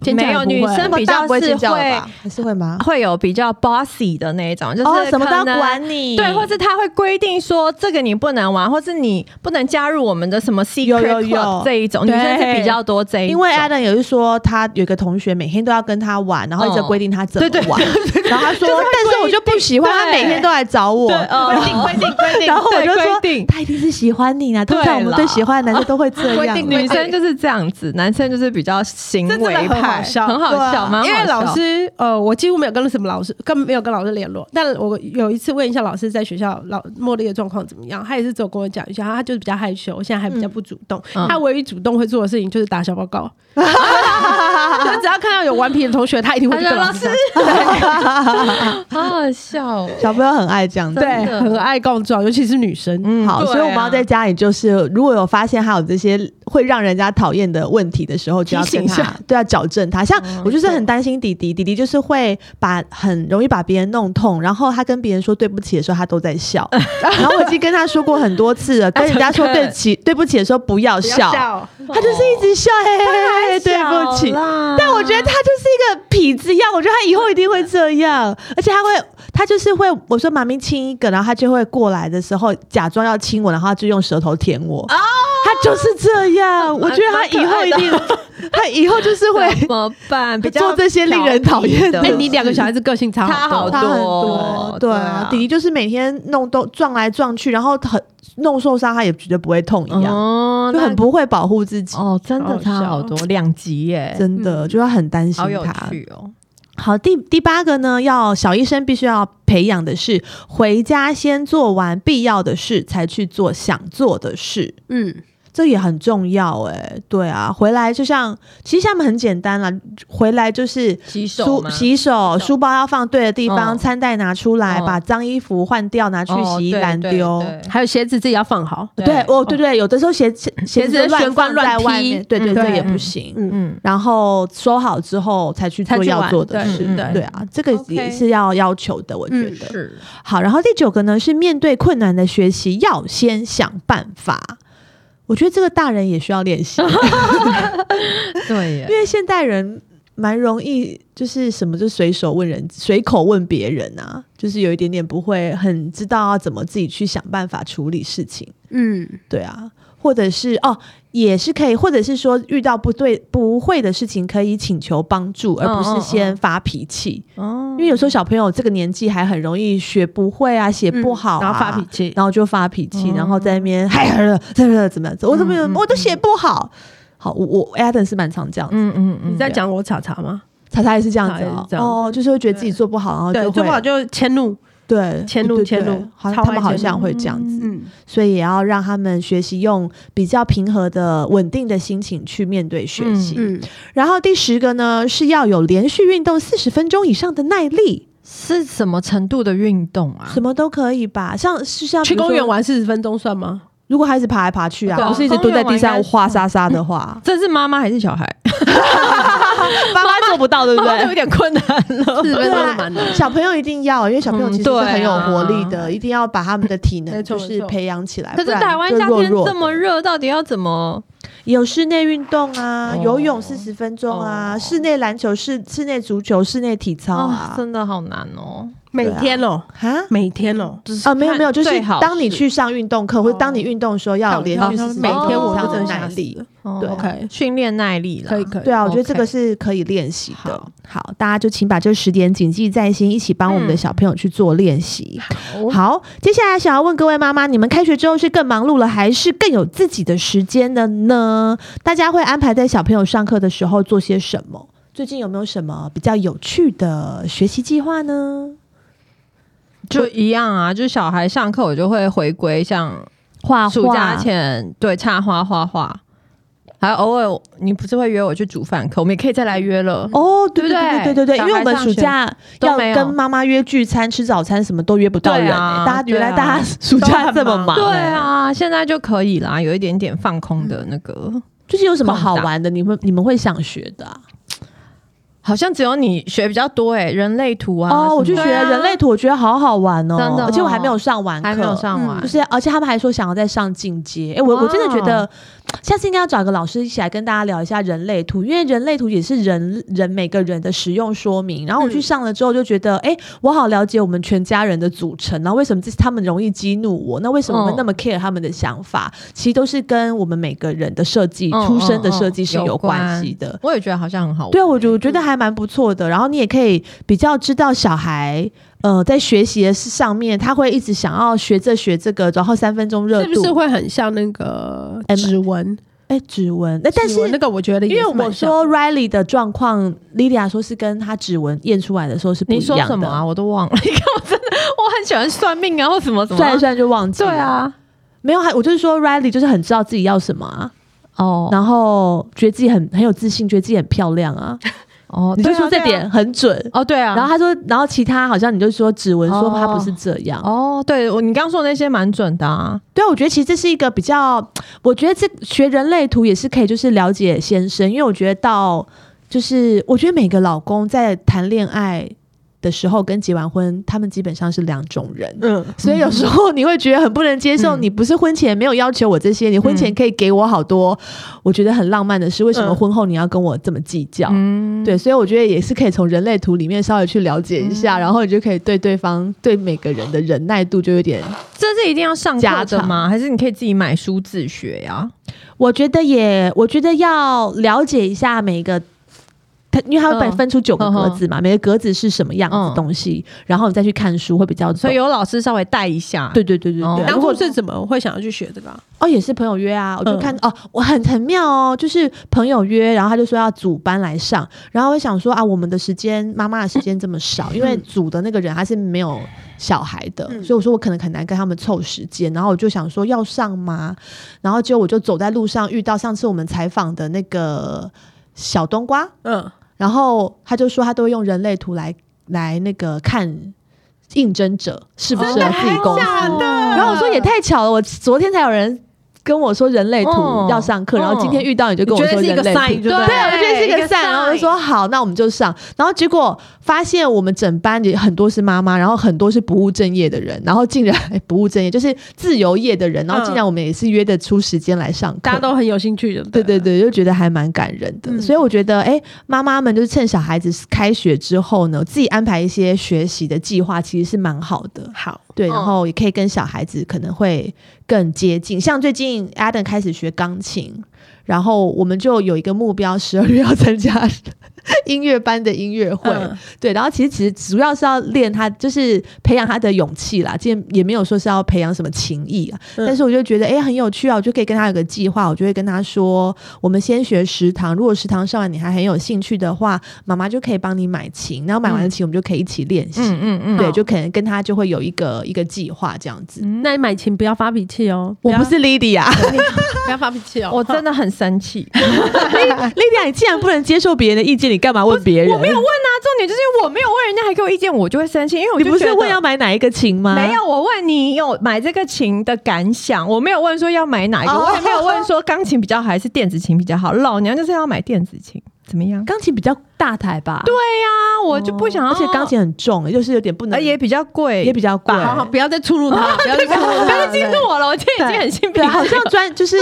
尖叫
没有
也不会
女
这
生
么
比
大
较
不会
是
尖叫了
会
吧？还是会吗？
会有比较 bossy 的那一种，就是
哦，什么都要
可能
管你，
对，或是他会规定说这个你不能玩，或是你不能加入我们的什么 secret
有有有
club 这一种，女生是
对
比较多这一种，
因为 Adam 有一说，他有一个同学每天都要跟他玩，然后一直
嗯
规定他怎么
对对
玩，然后他说，但是我就不喜欢，
对
他每天都来找我。
对呃
然后
规定规定规 定
然后我就
对
说
规定，
他一定是喜欢你啊！通常我们
对啦
对喜欢的男生都会 这
规
样
定
啦。
女生就是这样子，男生就是比较行
这真的
为
很好
派，
笑
很
对啊
好笑，蛮好
因为老
笑
师，呃，我几乎没有跟什么老师，根本没有跟老师联络。但我有一次问一下老师在学校老茉莉的状况怎么样，他也是只有跟我讲一下，他就是比较害羞，现在还比较不主动。
嗯
他唯一主动会做的事情就是打小报 告，他只要看到有顽皮的同学，他一定会去跟老师
他
讲
说， 好好笑哦，
小朋友很爱这样子。
对
真，的
很爱告状，尤其是女生。
嗯
好，
对啊
所以我们要在家里，就是如果有发现他有这些会让人家讨厌的问题的时候，就要
提醒
跟
一
他
下，
对啊，矫正他。像
嗯
我就是很担心弟弟，弟弟就是会把很容易把别人弄痛，然后他跟别人说对不起的时候，他都在 笑。然后我已经跟他说过很多次了，跟人家说对不起，对不起的时候不要
不要
笑，
笑，
他就是一直笑，嘿嘿嘿，哎对不起
小。啦，
但我觉得他就是一个痞子样，我觉得他以后一定会这样，而且他会，他就是会，我说妈咪亲一个，然后他就会过来的时候假装要亲我，然后他就用舌头舔我。哦，他就是这样，我觉得他以后一 定，他以后就是会
怎么办？ 比较
做这些令人讨厌的
调皮
哎，你两个小孩子个性差
差
好
好
多
他很多
多，
对
对
啊
啊，
弟弟就是每天弄都撞来撞去，然后很弄受伤，他也觉得不会痛一样，
哦
就很
那
不会保护自己，
哦，真的差好多，两集耶，
真的
嗯
就要很担心
好有
他。
趣哦，
好，第第八个呢，要小医生必须要培养的是，回家先做完必要的事，才去做想做的事。
嗯，
这也很重要哎、对啊，回来就像其实他们很简单啦，回来就是
洗手
书
吗？
洗手，
手
书包要放对的地方，
嗯
餐袋拿出来，
嗯
把脏衣服换掉，拿去
哦
洗衣
对
篮
对
丢。
对
还有鞋子自己要放好。
对哦
对，哦，对对，有的时候鞋子鞋
子
乱
悬挂
放
乱
在外
踢
面，对
嗯
对，这
对
也不
嗯
行。
嗯
嗯，
然后收好之后才去
才
做
去
要
玩
做的
对
事，
嗯
对啊，这个
OK
也是要要求的，我觉
嗯
得。
是
好，然后第九个呢是面对困难的学习，要先想办法。我觉得这个大人也需要练习，啊
对耶
因为现代人蛮容易就是什么就随手问人，随口问别人啊，就是有一点点不会很知道要怎么自己去想办法处理事情。
嗯，
对啊，或者是哦，也是可以，或者是说遇到不对不会的事情，可以请求帮助，而不
嗯嗯
是
嗯
先发脾气。
哦
因为有时候小朋友这个年纪还很容易学不会啊，写不好、啊
嗯然后发脾气，嗯
然后就发脾气，
哦
然后在那边 嗨嗨嗨怎么样怎么样，我怎么、
嗯嗯
我都写不好。
嗯
好，我我 Adam 是蛮常这样子，
嗯嗯嗯，
你在讲我查查吗？
查查也是这样子
查查也
哦
是这样子
哦，就是会觉得自己做不好，然后
对，
就
做
会
不好就迁怒。
对
迁怒
对
迁
对
怒
好像
超
他
爱
们好
迁
像
怒
会这样子，
嗯，
所以也要让他们学习用比较平和的、稳定的心情去面对学习。
嗯，
然后第十个呢，是要有连续运动四十分钟以上的耐力，
是什么程度的运动啊？
什么都可以吧？像是像
去公园
玩，
玩四十分钟算吗？
如果孩子爬来爬去啊，
对啊
不是一直蹲在地
公园玩
上
应该
花沙沙的话，
这是妈妈还是小孩？
爸妈做不到，对不
这有
啊
对？
点困难了。
四十分
对
钟
啊
是蛮难的。
小朋友一定要，因为小朋友
嗯
其实是
对啊
很有活力的，一定要把他们的体
没
能
错
就是
没错
培养起来。
可是
不然
台湾
就
夏
弱
天
弱的
这么热，到底要怎么？
有室内运动啊，
哦
游泳四十分钟啊，
哦
室内篮球、室室内足球、室内体操
啊，
啊，
真的好难哦。
每天哦，
啊。
每天哦，
啊，没有没有，就是
最好
当你
是
去上运动课，或者当你运动的时候，哦要有连续
看我
40
每天我
分
都
钟以上的
真
耐
想
力。
力，
哦
对
OK
训练耐力啦
可以可以
对啊，我觉得
OK
这个是可以练习的。
好
好，大家就请把这十点谨记在心，一起帮我们的
嗯
小朋友去做练习。
好
好，接下来想要问各位妈妈，你们开学之后是更忙碌了，还是更有自己的时间的呢？大家会安排在小朋友上课的时候做些什么？最近有没有什么比较有趣的学习计划呢？
就一样啊，就是小孩上课我就会回归像
画画
暑假前对插花画画，还有偶尔你不是会约我去煮饭课，我们也可以再来约了。
哦，对
对不
对对
对
对对，因
小
为我
孩
们
上
暑
学
假
都
要
没有
跟妈妈约聚餐、吃早餐，什么都约不到人、
对
欸。
啊
大家原来
对啊
大家暑假这么忙、
对
欸，，
啊，现在就可以啦，有一点点放空的那个，
就是有什么
空
好
档
玩的？你们你们会想学的啊、
好像只有你学比较多哎、人类图啊什么的，
哦，我去学
对啊
人类图，我觉得好好玩哦，
真的
而且我还
哦
没有上完课，
还没有上哦
嗯
完，
就是，而且他们还说想要再上进阶。哎、我我真的觉得，下次应该要找一个老师一起来跟大家聊一下人类图，因为人类图也是人人每个人的使用说明。然后我
嗯
去上了之后就觉得，哎、我好了解我们全家人的组成，然后为什么这他们容易激怒我？那为什么我们
嗯
那么 care 他们的想法？其实都是跟我们每个人的设计、
嗯
出生的
嗯嗯
设计是
有
有关
关
系的。
我也觉得好像很好玩。
对啊，我觉我觉得还蛮不错的。然后你也可以比较知道小孩，呃，在学习的事上面，他会一直想要学这学这个，然后三分钟热
是
度，
不是会很像那个
哎
指纹？
哎，指纹，那但
指纹那
是。
个我觉得也
因为
是蛮
我
像
说 Riley 的状况，Lilia 说是跟她指纹验出来的时候是不一
你
样的。
说什么啊？我都忘 了。你看，我真的我很喜欢算命啊，或什么什么。
算一算就忘记
对
了。，
啊，
没有，还我就是说 Riley 就是很知道自己要什么啊，
哦
然后觉得自己很很有自信，觉得自己很漂亮啊。
哦，
你就
对啊
说这点很准。
哦，对啊。
然后他说，然后其他好像你就说指纹说
哦
他不是这样。
哦，对我你刚说的那些蛮准的啊。
对啊，我觉得其实这是一个比较，我觉得这学人类图也是可以，就是了解先生，因为我觉得到就是我觉得每个老公在谈恋爱的时候跟结完婚，他们基本上是两种人。
嗯，
所以有时候你会觉得很不能接受，
嗯
你不是婚前没有要求我这些，你婚前可以给我好多，我觉得很浪漫的事，为什么
嗯
婚后你要跟我这么计较？
嗯，
对，所以我觉得也是可以从人类图里面稍微去了解一
嗯
下，然后你就可以对对方对每个人的忍耐度就有点
这是一定要上
家
课的
常
吗？还是你可以自己买书自学呀？啊
我觉得也，我觉得要了解一下每一个它因为它会把你
嗯
分出九个
嗯
格
哼
子嘛，每个格子是什么样子的
嗯
东西，然后你再去看书会比较懂。
所以有老师稍微带一下，
对对对对对，
哦
嗯如
当
果
初是怎么会想要去学这个啊？
哦，也是朋友约啊，我就
嗯
看、哦，我很很妙哦，就是朋友约，然后他就说要组班来上，然后我想说啊，我们的时间，妈妈的时间这么少，因为组的那个人他是没有小孩的，
嗯
所以我说我可能很难跟他们凑时间，然后我就想说要上吗？然后结果我就走在路上遇到上次我们采访的那个小冬瓜，
嗯，
然后他就说他都会用人类图来来那个看应征者适
哦
不适合自己公司。然后我说也太巧了，我昨天才有人跟我说人类图
哦
要上课，然后今天遇到你就跟我
你觉
说
得是一
人
个
类
sign，
图。
对不
对，我觉得是一
一
个
个
sign，然后我就
sign
说好，那我们就上。然后结果发现我们整班也很多是妈妈，然后很多是不务正业的人，然后竟然、哎不务正业就是自由业的
嗯
人，然后竟然我们也是约得出时间来上课，
大家都很有兴趣的，
对对对，就觉得还蛮感人的。
嗯
所以我觉得，哎、妈妈们就是趁小孩子开学之后呢，自己安排一些学习的计划，其实是蛮好的。
好，
对，
嗯
然后也可以跟小孩子可能会更接近。像最近 Adam 开始学钢琴，然后我们就有一个目标，十二月 要参加音乐班的音乐会。
嗯
对，然后其实其实主要是要练他，就是培养他的勇气啦。今天也没有说是要培养什么情谊啊，
嗯
但是我就觉得哎、诶很有趣啊，我就可以跟他有个计划，我就会跟他说，我们先学食堂，如果食堂上完你还很有兴趣的话，妈妈就可以帮你买琴，然后买
嗯
完琴我们就可以一起练习。
嗯嗯嗯，
对，
好
就可能跟他就会有一个一个计划这样子。
那你买琴不要发脾气哦，
我
要
不是 Lydia，
不要发脾气哦，
啊我真的很生 气。
Lydia，你既然不能接受别人的意见，你干嘛问别人？
我没有问啊，重点就是我没有问人家，还给我意见，我就会生气，因为我
你
就
不是
觉得
问要买哪一个琴吗？
没有，我问你有买这个琴的感想，我没有问说要买哪一个，
哦
我也没有问说钢琴比较好还是电子琴比较好，老娘就是要买电子琴，怎么样？
钢琴比较大台吧？
对呀、啊我就不想要，
而且钢琴很重，就是有点不能，
呃也比较贵，
也比较贵。
好好不要再触怒他，不要 再
不
触怒
要
他，
再激怒我了，我今天已经很心平
对，好
气
像专就是，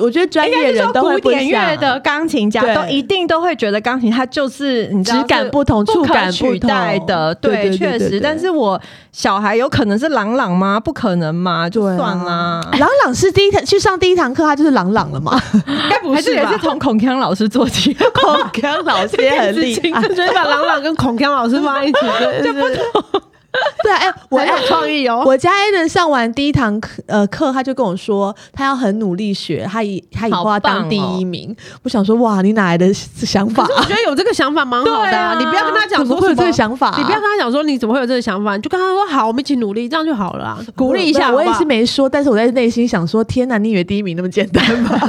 我觉得专
应
业
该是
人
说
都会
古
不
典乐
想
的钢琴家
对
都一定都会觉得钢琴它就是你知道
质感
是
不同，触
不
感
可
不
取
同
代的，
对，对
确实。但。
对对
是我小孩有可能是朗朗吗？不可能嘛，就
对啊
算啦。
朗朗是第一堂去上第一堂课，他就是朗朗了 嘛。
该不
是吧
是也是从孔锵老师做起？
孔锵老师也很 厉害，啊
所以把朗朗跟孔锵老师放在一起，就不
对，哎，我
很有创意哦。
我家 a l 上完第一堂课，呃，课他就跟我说，他要很努力学，他以他以后要当第一名。哦我想说，哇，你哪来的想法、
可是我觉得有这个想法蛮好的啊，
对啊
你不要跟他讲
怎么
说
会有
什
这
么
个想法啊、
你不要跟他讲说你怎么会有这个想法，你就跟他说好，我们一起努力，这样就好了啊、鼓励一下好不
我
好。
也是没说，但是我在内心想说，天哪，你以为第一名那么简单 吗？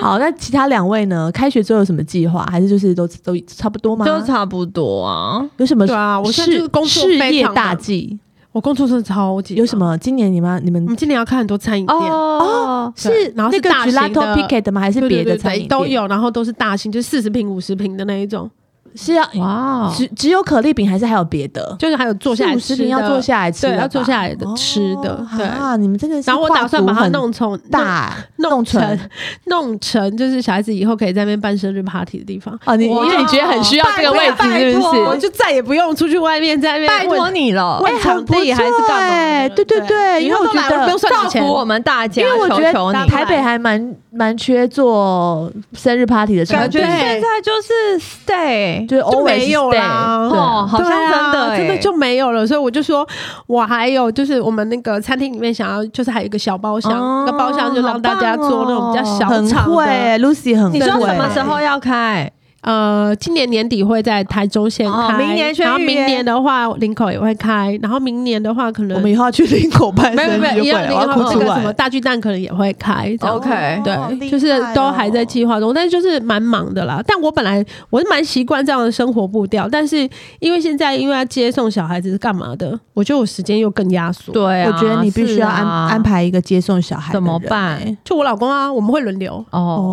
好，那其他两位呢？开学之后有什么计划？还是就是都都差不 多吗？
就差不多啊。
有什么？
对啊我现在就是工作
事
非常
业
忙
大计
我工作真的超级忙
有什？么？今年你们你们
我们今年要看很多餐饮店，
哦，
是
然后
那
是
个
大型
gelato
的
picket 吗？还是
对
别
对
的
对
餐
对
饮
都
店？
有，然后都是大型，就四十平、五十平的那一种，
是
啊
要
哇
只只有可丽饼，还是还有别的？
就是还有坐下来
四五
吃
十
的，
平要坐下来吃了吧，
对，要坐下来的
哦
吃的，对。
啊！你们真的是
然后我打算把它
跨足很
弄从
大
弄
弄成
成弄成，就是小孩子以后可以在那边办生日 party 的地方。
哦，你因
哇
为你觉得很需要这个位置，是
拜托
不
我
是？
就再也不用出去外面在那边
拜托
问
你了，
问
哎很
场
不
地还是
错
干
哎
嘛的？
对对对因为我
都
觉
来了
得
不用算
造
你钱
福，我们大家，
因为我觉
求求
得
你。
台北还蛮蛮缺做生日 party 的场
感
地
觉
对，
现在就是 stay，
就是 always
就没有
stay，
啦
对
哦，好像
对
真的、
啊、
欸，
真
哎
的就没有了，所以我就说，我还有就是我们那个餐厅里面想要，就是还有一个小包厢，
哦
那个包厢就让大家做那种比较小
很
场的。
会欸，Lucy 很会。
你说什
哎
么时候要开？
呃，今年年底会在台中县
哦
开，
明年先
然后
预
明
约
年的话林口也会开，然后明年的话可能
我们哎以后要去林口办
没
生
有没有
日会，
一
啊
样
我
那
要
个
哭
那
出
个什么
来。
大巨蛋可能也会开这样
OK
好厉害哦
对，就是都还在计划中，但是就是蛮忙的啦。但我本来我是蛮习惯这样的生活步调，但是因为现在因为要接送小孩子是干嘛的，我觉得我时间又更压缩。，
对啊，
我觉得你必须要安
是啊
安。排一个接送小孩的
怎么
人
办
欸？
就我老公啊，我们会轮流。
哦，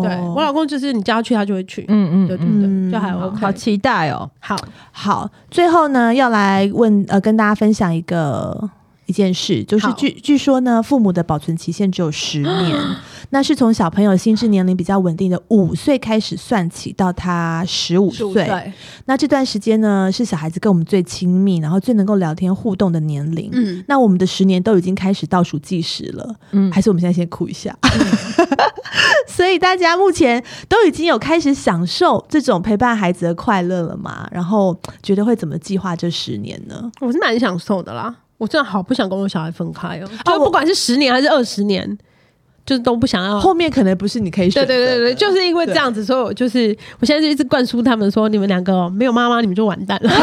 哦
对我老公就是你叫他去，他就会去。
嗯嗯
对对
嗯，
嗯
对，就还
好
OK。
好期待哦。
好，
好，最后呢，要来问呃，跟大家分享一个一件事，就是
好
据据说呢，父母的保存期限只有十 年，那是从小朋友心智年龄比较稳定的五岁开始算起，到他十五岁。那这段时间呢，是小孩子跟我们最亲密，然后最能够聊天互动的年龄。
嗯，
那我们的十年都已经开始倒数计时了，
嗯
还是我们现在先哭一下？ 所以大家目前都已经有开始享受这种陪伴孩子的快乐了嘛？然后觉得会怎么计划这十年呢？
我是蛮享受的啦。我真的好不想跟我小孩分开哦，
哦
就
我
不管是十年还是二十年，就是都不想要。
后面可能不是你可以选
对
择
哦对
的，
对啊对，就是因为这样子，所以我就是我现在就一直灌输他们说，你们两个、哦、没有妈妈，你们就完蛋了。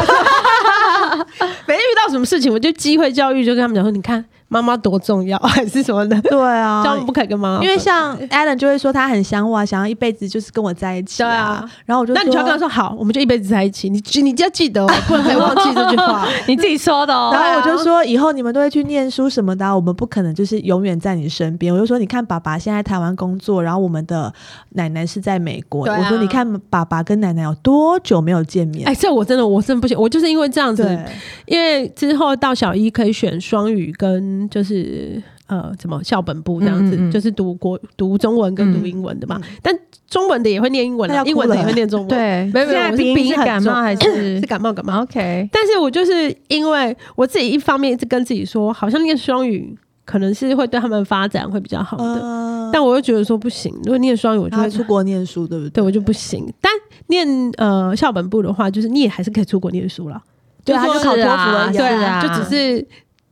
每天遇到什么事情，我就机会教育，就跟他们讲说，你看妈妈多重要，还是什么的，
对啊，
教他们不可以跟妈妈分
因
开。
为像 Alan 就会说他很想我啊，想要一辈子就是跟我在一起、
对
啊。
啊，
然后我就
那你就要跟他说好，我们就一辈子在一起。你你就要记得、哦，不能可以忘记这句 话。
你自己说的哦
然后我就说，以后你们都会去念书什么的啊、我们不可能就是永远在你身边。我就说，你看爸爸现在台湾工作，然后我们的奶奶是在美国。
对啊
我说，你看爸爸跟奶奶有多久没有见面？
哎、这我真的我真的不行，我就是因为这样子，
对，
因为之后到小一可以选双语跟就是呃怎么校本部这样
嗯
子，
嗯嗯嗯
就是读国读中文跟读英文的嘛。但中文的也会念英文
那要
啦，
哭
英文的也
了
会 念中文。，
对，
没有没有
现在
我是
鼻
鼻
音是
很
感
重
冒还是
是感冒感冒。
OK？
但是我就是因为我自己一方面一直跟自己说，好像念双语可能是会对他们发展会比较好的，
嗯
但我又觉得说不行，如果念双语我就
他
会
出国念书，对不对？
对我就不行。但念呃校本部的话，就是你也还是可以出国念书啦，
对啊，
就
他就
说
考托
是
福
啊
而已、
对
对
啊
就只是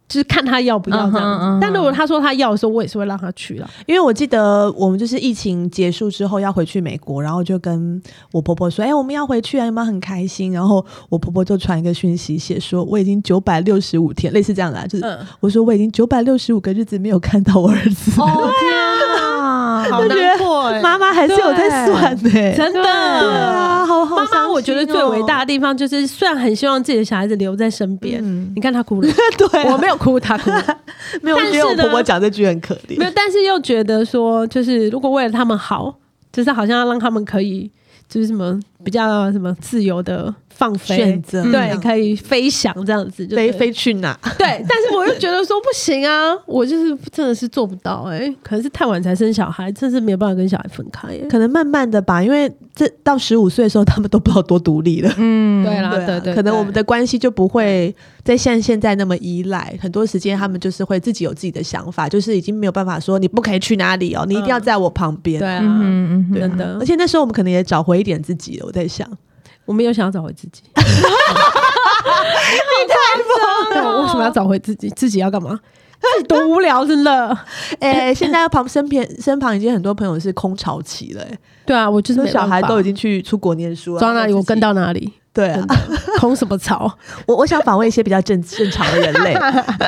就是看他要不要
嗯
这样子。
哼嗯哼
但如果他说他要的时候，我也是会让他去了。
因为我记得我们就是疫情结束之后要回去美国，然后就跟我婆婆说：“哎、我们要回去啊，有没有很开心？”然后我婆婆就传一个讯息，写说：“我已经九百六十五天，类似这样的、啊，就是、
嗯，
我说我已经九百六十五个日子没有看到我儿子。
哦天啊，
好
啊就觉得
难过哎、
妈妈还是有在算欸呢、
真
对
的。
对啊，好好
妈
伤心
妈，
哦
我觉得最伟大的地方就是，虽然很希望自己的小孩子留在身边，
嗯
你看他哭了，
对啊、
我没有哭，他哭 了，
没有
但是
觉得我
呢
婆婆讲这句很可
没
怜
有，，但是又觉得说，就是如果为了他们好，就是好像要让他们可以，就是什么比较什么自由的放飞，
选择
对，
嗯
可以飞翔这样子，就
飞
对
飞去哪？
对，但是我又觉得说不行啊，我就是真的是做不到哎、可能是太晚才生小孩，真是没有办法跟小孩分开、欸。
可能慢慢的吧，因为这到十五岁的时候，他们都不知道多独立了。
嗯
对啦，啊对对，
啊可能我们的关系就不会再像现在那么依赖，很多时间他们就是会自己有自己的想法，就是已经没有办法说你不可以去哪里哦，你一定要在我旁边。
嗯对啊，
嗯嗯
对啊
真的
而且那时候我们可能也找回一点自己了。我在想，
我没有想要找回自 己。你太疯了！我哦啊为什么要找回自己？自己要干嘛？自己多无聊，真的。
哎、
嗯
现在旁身边身旁已经很多朋友是空巢期了、哎
对啊，我就是
那
没
小孩
办法
都已经去出国念书了，
抓哪
然
里
后
我
自己
跟到哪里，
对啊
真。的空什么巢？
我我想访问一些比较正正常的人 类。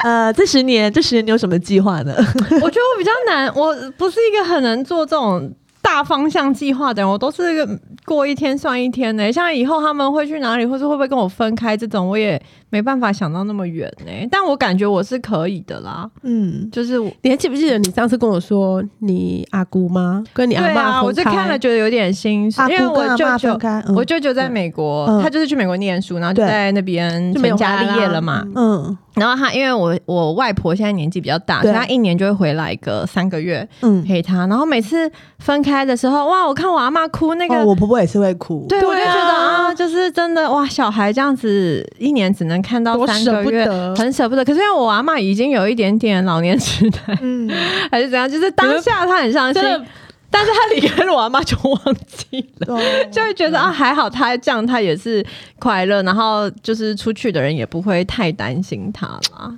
呃，这十年这十年你有什么计划呢？
我觉得我比较难，我不是一个很能做这种大方向计划的人，我都是个过一天算一天的、像以后他们会去哪里，或是会不会跟我分开这种，我也没办法想到那么远呢、但我感觉我是可以的啦，
嗯，
就是我
你还记不记得你上次跟我说你阿姑妈跟你阿
对
妈
啊，我就看了觉得有点心
阿
酸，因为
姑跟
我
阿
舅
妈
舅
分。开，嗯
我舅舅在美国，
嗯
他就是去美国念书，然后就
对
在那边
就没有
成家
回来
立业
啦
了嘛。
嗯
嗯
然后他因为我我外婆现在年纪比较大，所
对
以她一年就会回来个三个月
嗯，
陪她。然后每次分开的时候，哇，我看我阿妈哭那个，
哦，我婆婆也是会哭。
对我就
对
觉
啊
得啊，就是真的哇，小孩这样子一年只能看到
多
三
舍
个
不
月。
得，
很舍不得，可是因为我阿妈已经有一点点老年痴呆，
嗯，
还是怎样，就是当下她很伤心
真，的
但是她离开了我阿妈就忘记了， 就会觉得啊还好她这样，她也是快乐，然后就是出去的人也不会太担心她啦。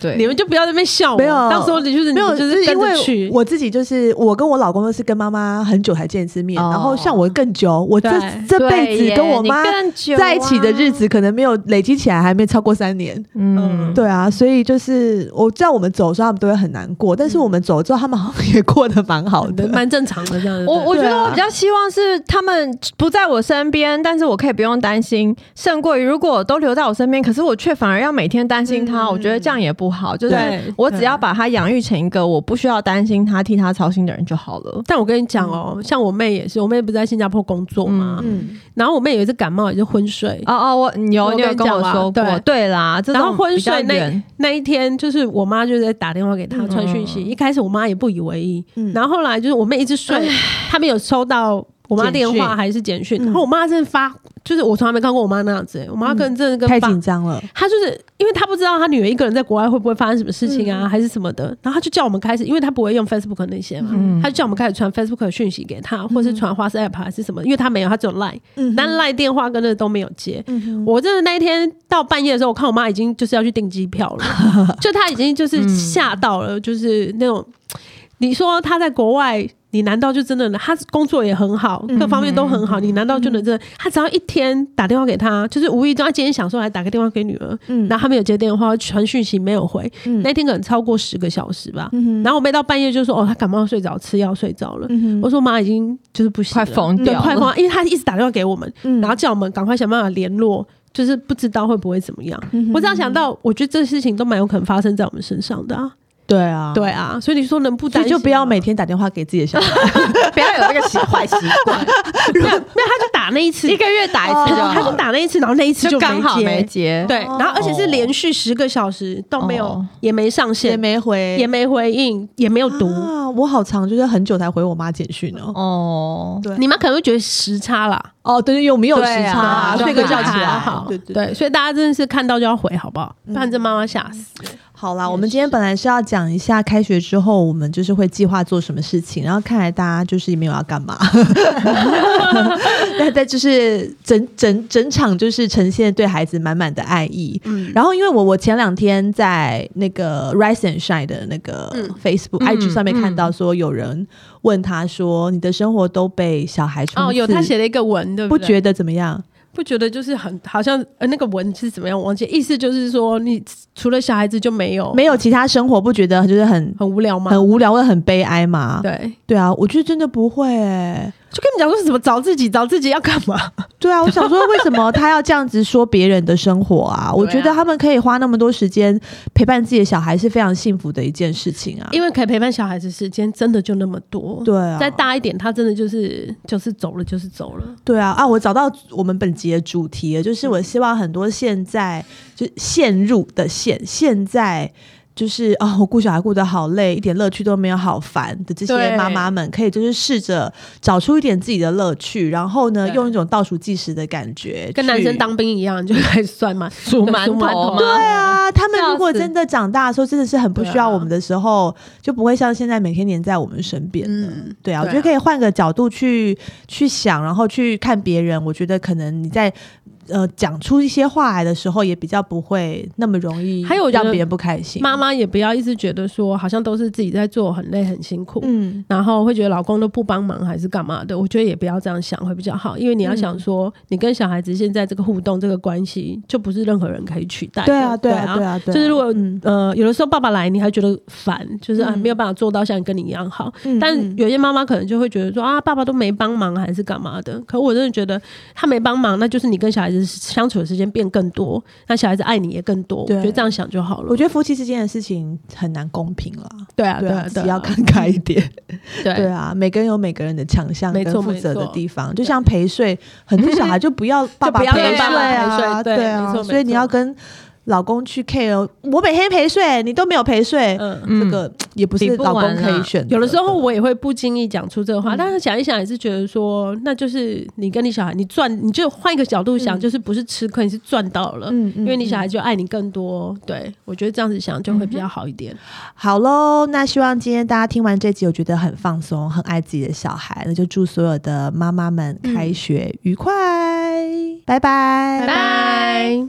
对，
你们就不要在那边笑我，
没有
到时候你就是
没有，
你们
就
就是
是因
跟着
为
去。
我自己就是我跟我老公都是跟妈妈很久才见一次面，
哦
然后像我更久，我这
对
这辈子跟啊我妈在一起的日，子可能没有累积起来，还没超过三年。
啊嗯，
对啊，所以就是我知道我们走的时候，他们都会很难过，但是我们走了之后，他们好像也过得蛮好的。
蛮正常的这样子。
我我觉
对
得
啊
我比较希望是他们不在我身边，但是我可以不用担心，胜过于如果都留在我身边，可是我却反而要每天担心他，
嗯
我觉得这样也不好。就是
对
我只要把他养育成一个我不需要担心他替他操心的人就好了。
但我跟你讲哦、像我妹也是，我妹不是在新加坡工作嘛，
嗯，啊
然后我妹有一次感冒，也是昏睡。
哦哦，我你有
我跟
你有
你
跟我
讲啊
说过，
对
对啦，这
然后
种
昏
比较
睡那
远
那一天，就是我妈就在打电话给她
嗯
传讯息，一开始我妈也不以为意，
嗯
然后后来就是我妹一直睡，她没有收到我妈电
简
话
讯
还是简
嗯
讯，然后我妈真的发，就是我从来没看过我妈那样子、欸我妈跟真的跟
太
发
紧张了，
他就是因为他不知道他女儿一个人在国外会不会发生什么事情啊，
嗯
还是什么的，然后他就叫我们开始，因为他不会用 Facebook 那些嘛，
嗯
嗯
他就叫我们开始传 Facebook 的讯息给他，或是传花式 App 还是什么，因为他没有，他只有 Line，、
嗯
但 Line 电话跟那都没有接。
嗯
我真的那一天到半夜的时候，我看我妈已经就是要去订机票 了，就她已经就是吓到了，就是那种你说她在国外。你难道就真的？她工作也很好，
嗯
各方面都很好。你难道就能真的？她只要一天打电话给她，就是无意中，她今天想说来打个电话给女儿，
嗯
然后他没有接电话，传讯息没有回，
嗯
那天可能超过十个小时吧。
嗯
然后我妹到半夜就说：“哦，她感冒睡着，吃药睡着了。
嗯
我说：“妈，已经就是不行
快
了，
疯
对，
掉
快
了。
疯，因为她一直打电话给我们，
嗯
然后叫我们赶快想办法联络，就是不知道会不会怎么样。我只要想到，我觉得这事情都蛮有可能发生在我们身上的啊。
对啊，
对啊，所以你说能不
所
担
以
心
就不要
吗
每天打电话给自己的小孩，
不要有这个习坏习惯，
没有，没有，她就打那一次，
一个月打一次就
她
好
就，打那一次，然后那一次
哦就刚
没
好没
接。
接。
对，然后而且是连续十个小时都没有
哦，
也没上线
也，没回，
也没回应，也没有读。
啊，我好长就是很久才回我妈简讯哦。
哦，
对
你们可能会觉得时差啦，
哦，对对，因为我们有时
对啊
差啊，
就
睡个
还
觉起来，
还好，
对
对嗯
对对。
所以大家真的是看到就要回，好不好？不然这妈妈吓死。
好啦，我们今天本来是要讲一下开学之后我们就是会计划做什么事情，然后看来大家就是也没有要干嘛， 但但就是整整整场就是呈现对孩子满满的爱意。
嗯，
然后，因为我我前两天在那个 Rise and Shine 的那个 Facebook、
嗯
IG 上面看到说，有人问他说：“你的生活都被小孩冲
哦，有
刺
他写了一个文，对
不
对？
觉得怎么样？
不觉得就是很好像呃那个文是怎么样？我忘记，意思就是说你除了小孩子就没有
没有其他生活，不觉得就是很
很无聊吗？
很无聊或者很悲哀吗？
对，
对啊，我觉得真的不会欸
就跟你们讲说什么找自己，找自己要干嘛？
对 啊，我想说，为什么他要这样子说别人的生活啊？我觉得他们可以花那么多时间陪伴自己的小孩，是非常幸福的一件事情啊。
因为可以陪伴小孩子时间真的就那么多。
对啊，
再大一点，他真的就是就是走了，就是走了。
对啊啊！我找到我们本集的主题了，就是
嗯
我希望很多现在就陷入的陷现在。就是啊、我顾小孩顾得好累，一点乐趣都没有，好烦的这些
对
妈妈们，可以就是试着找出一点自己的乐趣，然后呢，
对
用一种倒数计时的感觉，
跟男生当兵一样，你就开始算嘛，数
馒头吗
对啊，他们
笑
如果
死
真的长大的时候，真的是很不需要
对啊
我们的时候，就不会像现在每天黏在我们身边了。
嗯
对啊，我
对
觉得
啊
可以换个角度去去想，然后去看别人。我觉得可能你在呃讲出一些话来的时候，也比较不会那么容易，
还有我觉
让
得
别人不开心。
妈，妈也不要一直觉得说好像都是自己在做，很累很辛苦，
嗯，
然后会觉得老公都不帮忙还是干嘛的。我觉得也不要这样想会比较好，因为你要
嗯
想说，你跟小孩子现在这个互动、这个关系，就不是任何人可以取代的。
对啊，对
对
啊，对啊，对啊
就是如果、
嗯
呃，有的时候爸爸来，你还觉得烦，就是、啊
嗯
没有办法做到像跟你一样好。
嗯
但
嗯
有些妈妈可能就会觉得说啊，爸爸都没帮忙还是干嘛的。可我真的觉得他没帮忙，那就是你跟小孩子相处的时间变更多，那小孩子爱你也更多。我
对
觉得这样想就好了
我。觉得夫妻之间的事情很难公平了。
对啊，
对
对
啊，
啊，
自
对啊
己要看开一点。
对
对啊，每个人有每个人的强项
没
跟
错
负责
没
的
错
地方，就像陪睡，很多小孩就不 要爸爸
不要
陪
让爸爸
陪
啊，
睡对
啊
没，错
所以
没
你
错
要跟老公去 care。我每天陪睡，你都没有陪睡，
嗯。
嗯
这个也不是
比不
老公
完
可以
啦
选择。
啊有的时候我也会不经意讲出这个话，
啊嗯
但是想一想也是觉得说，那就是你跟你小孩，你赚，你就换一个角度想，
嗯
就是不是吃亏，你是赚到了，
嗯，嗯
因为你小
嗯
孩就爱你更多。对我觉得这样子想就会比较好一点。
好喽，那希望今天大家听完这集，有觉得很放松，很爱自己的小孩，那就祝所有的妈妈们开学愉快，拜拜，
拜。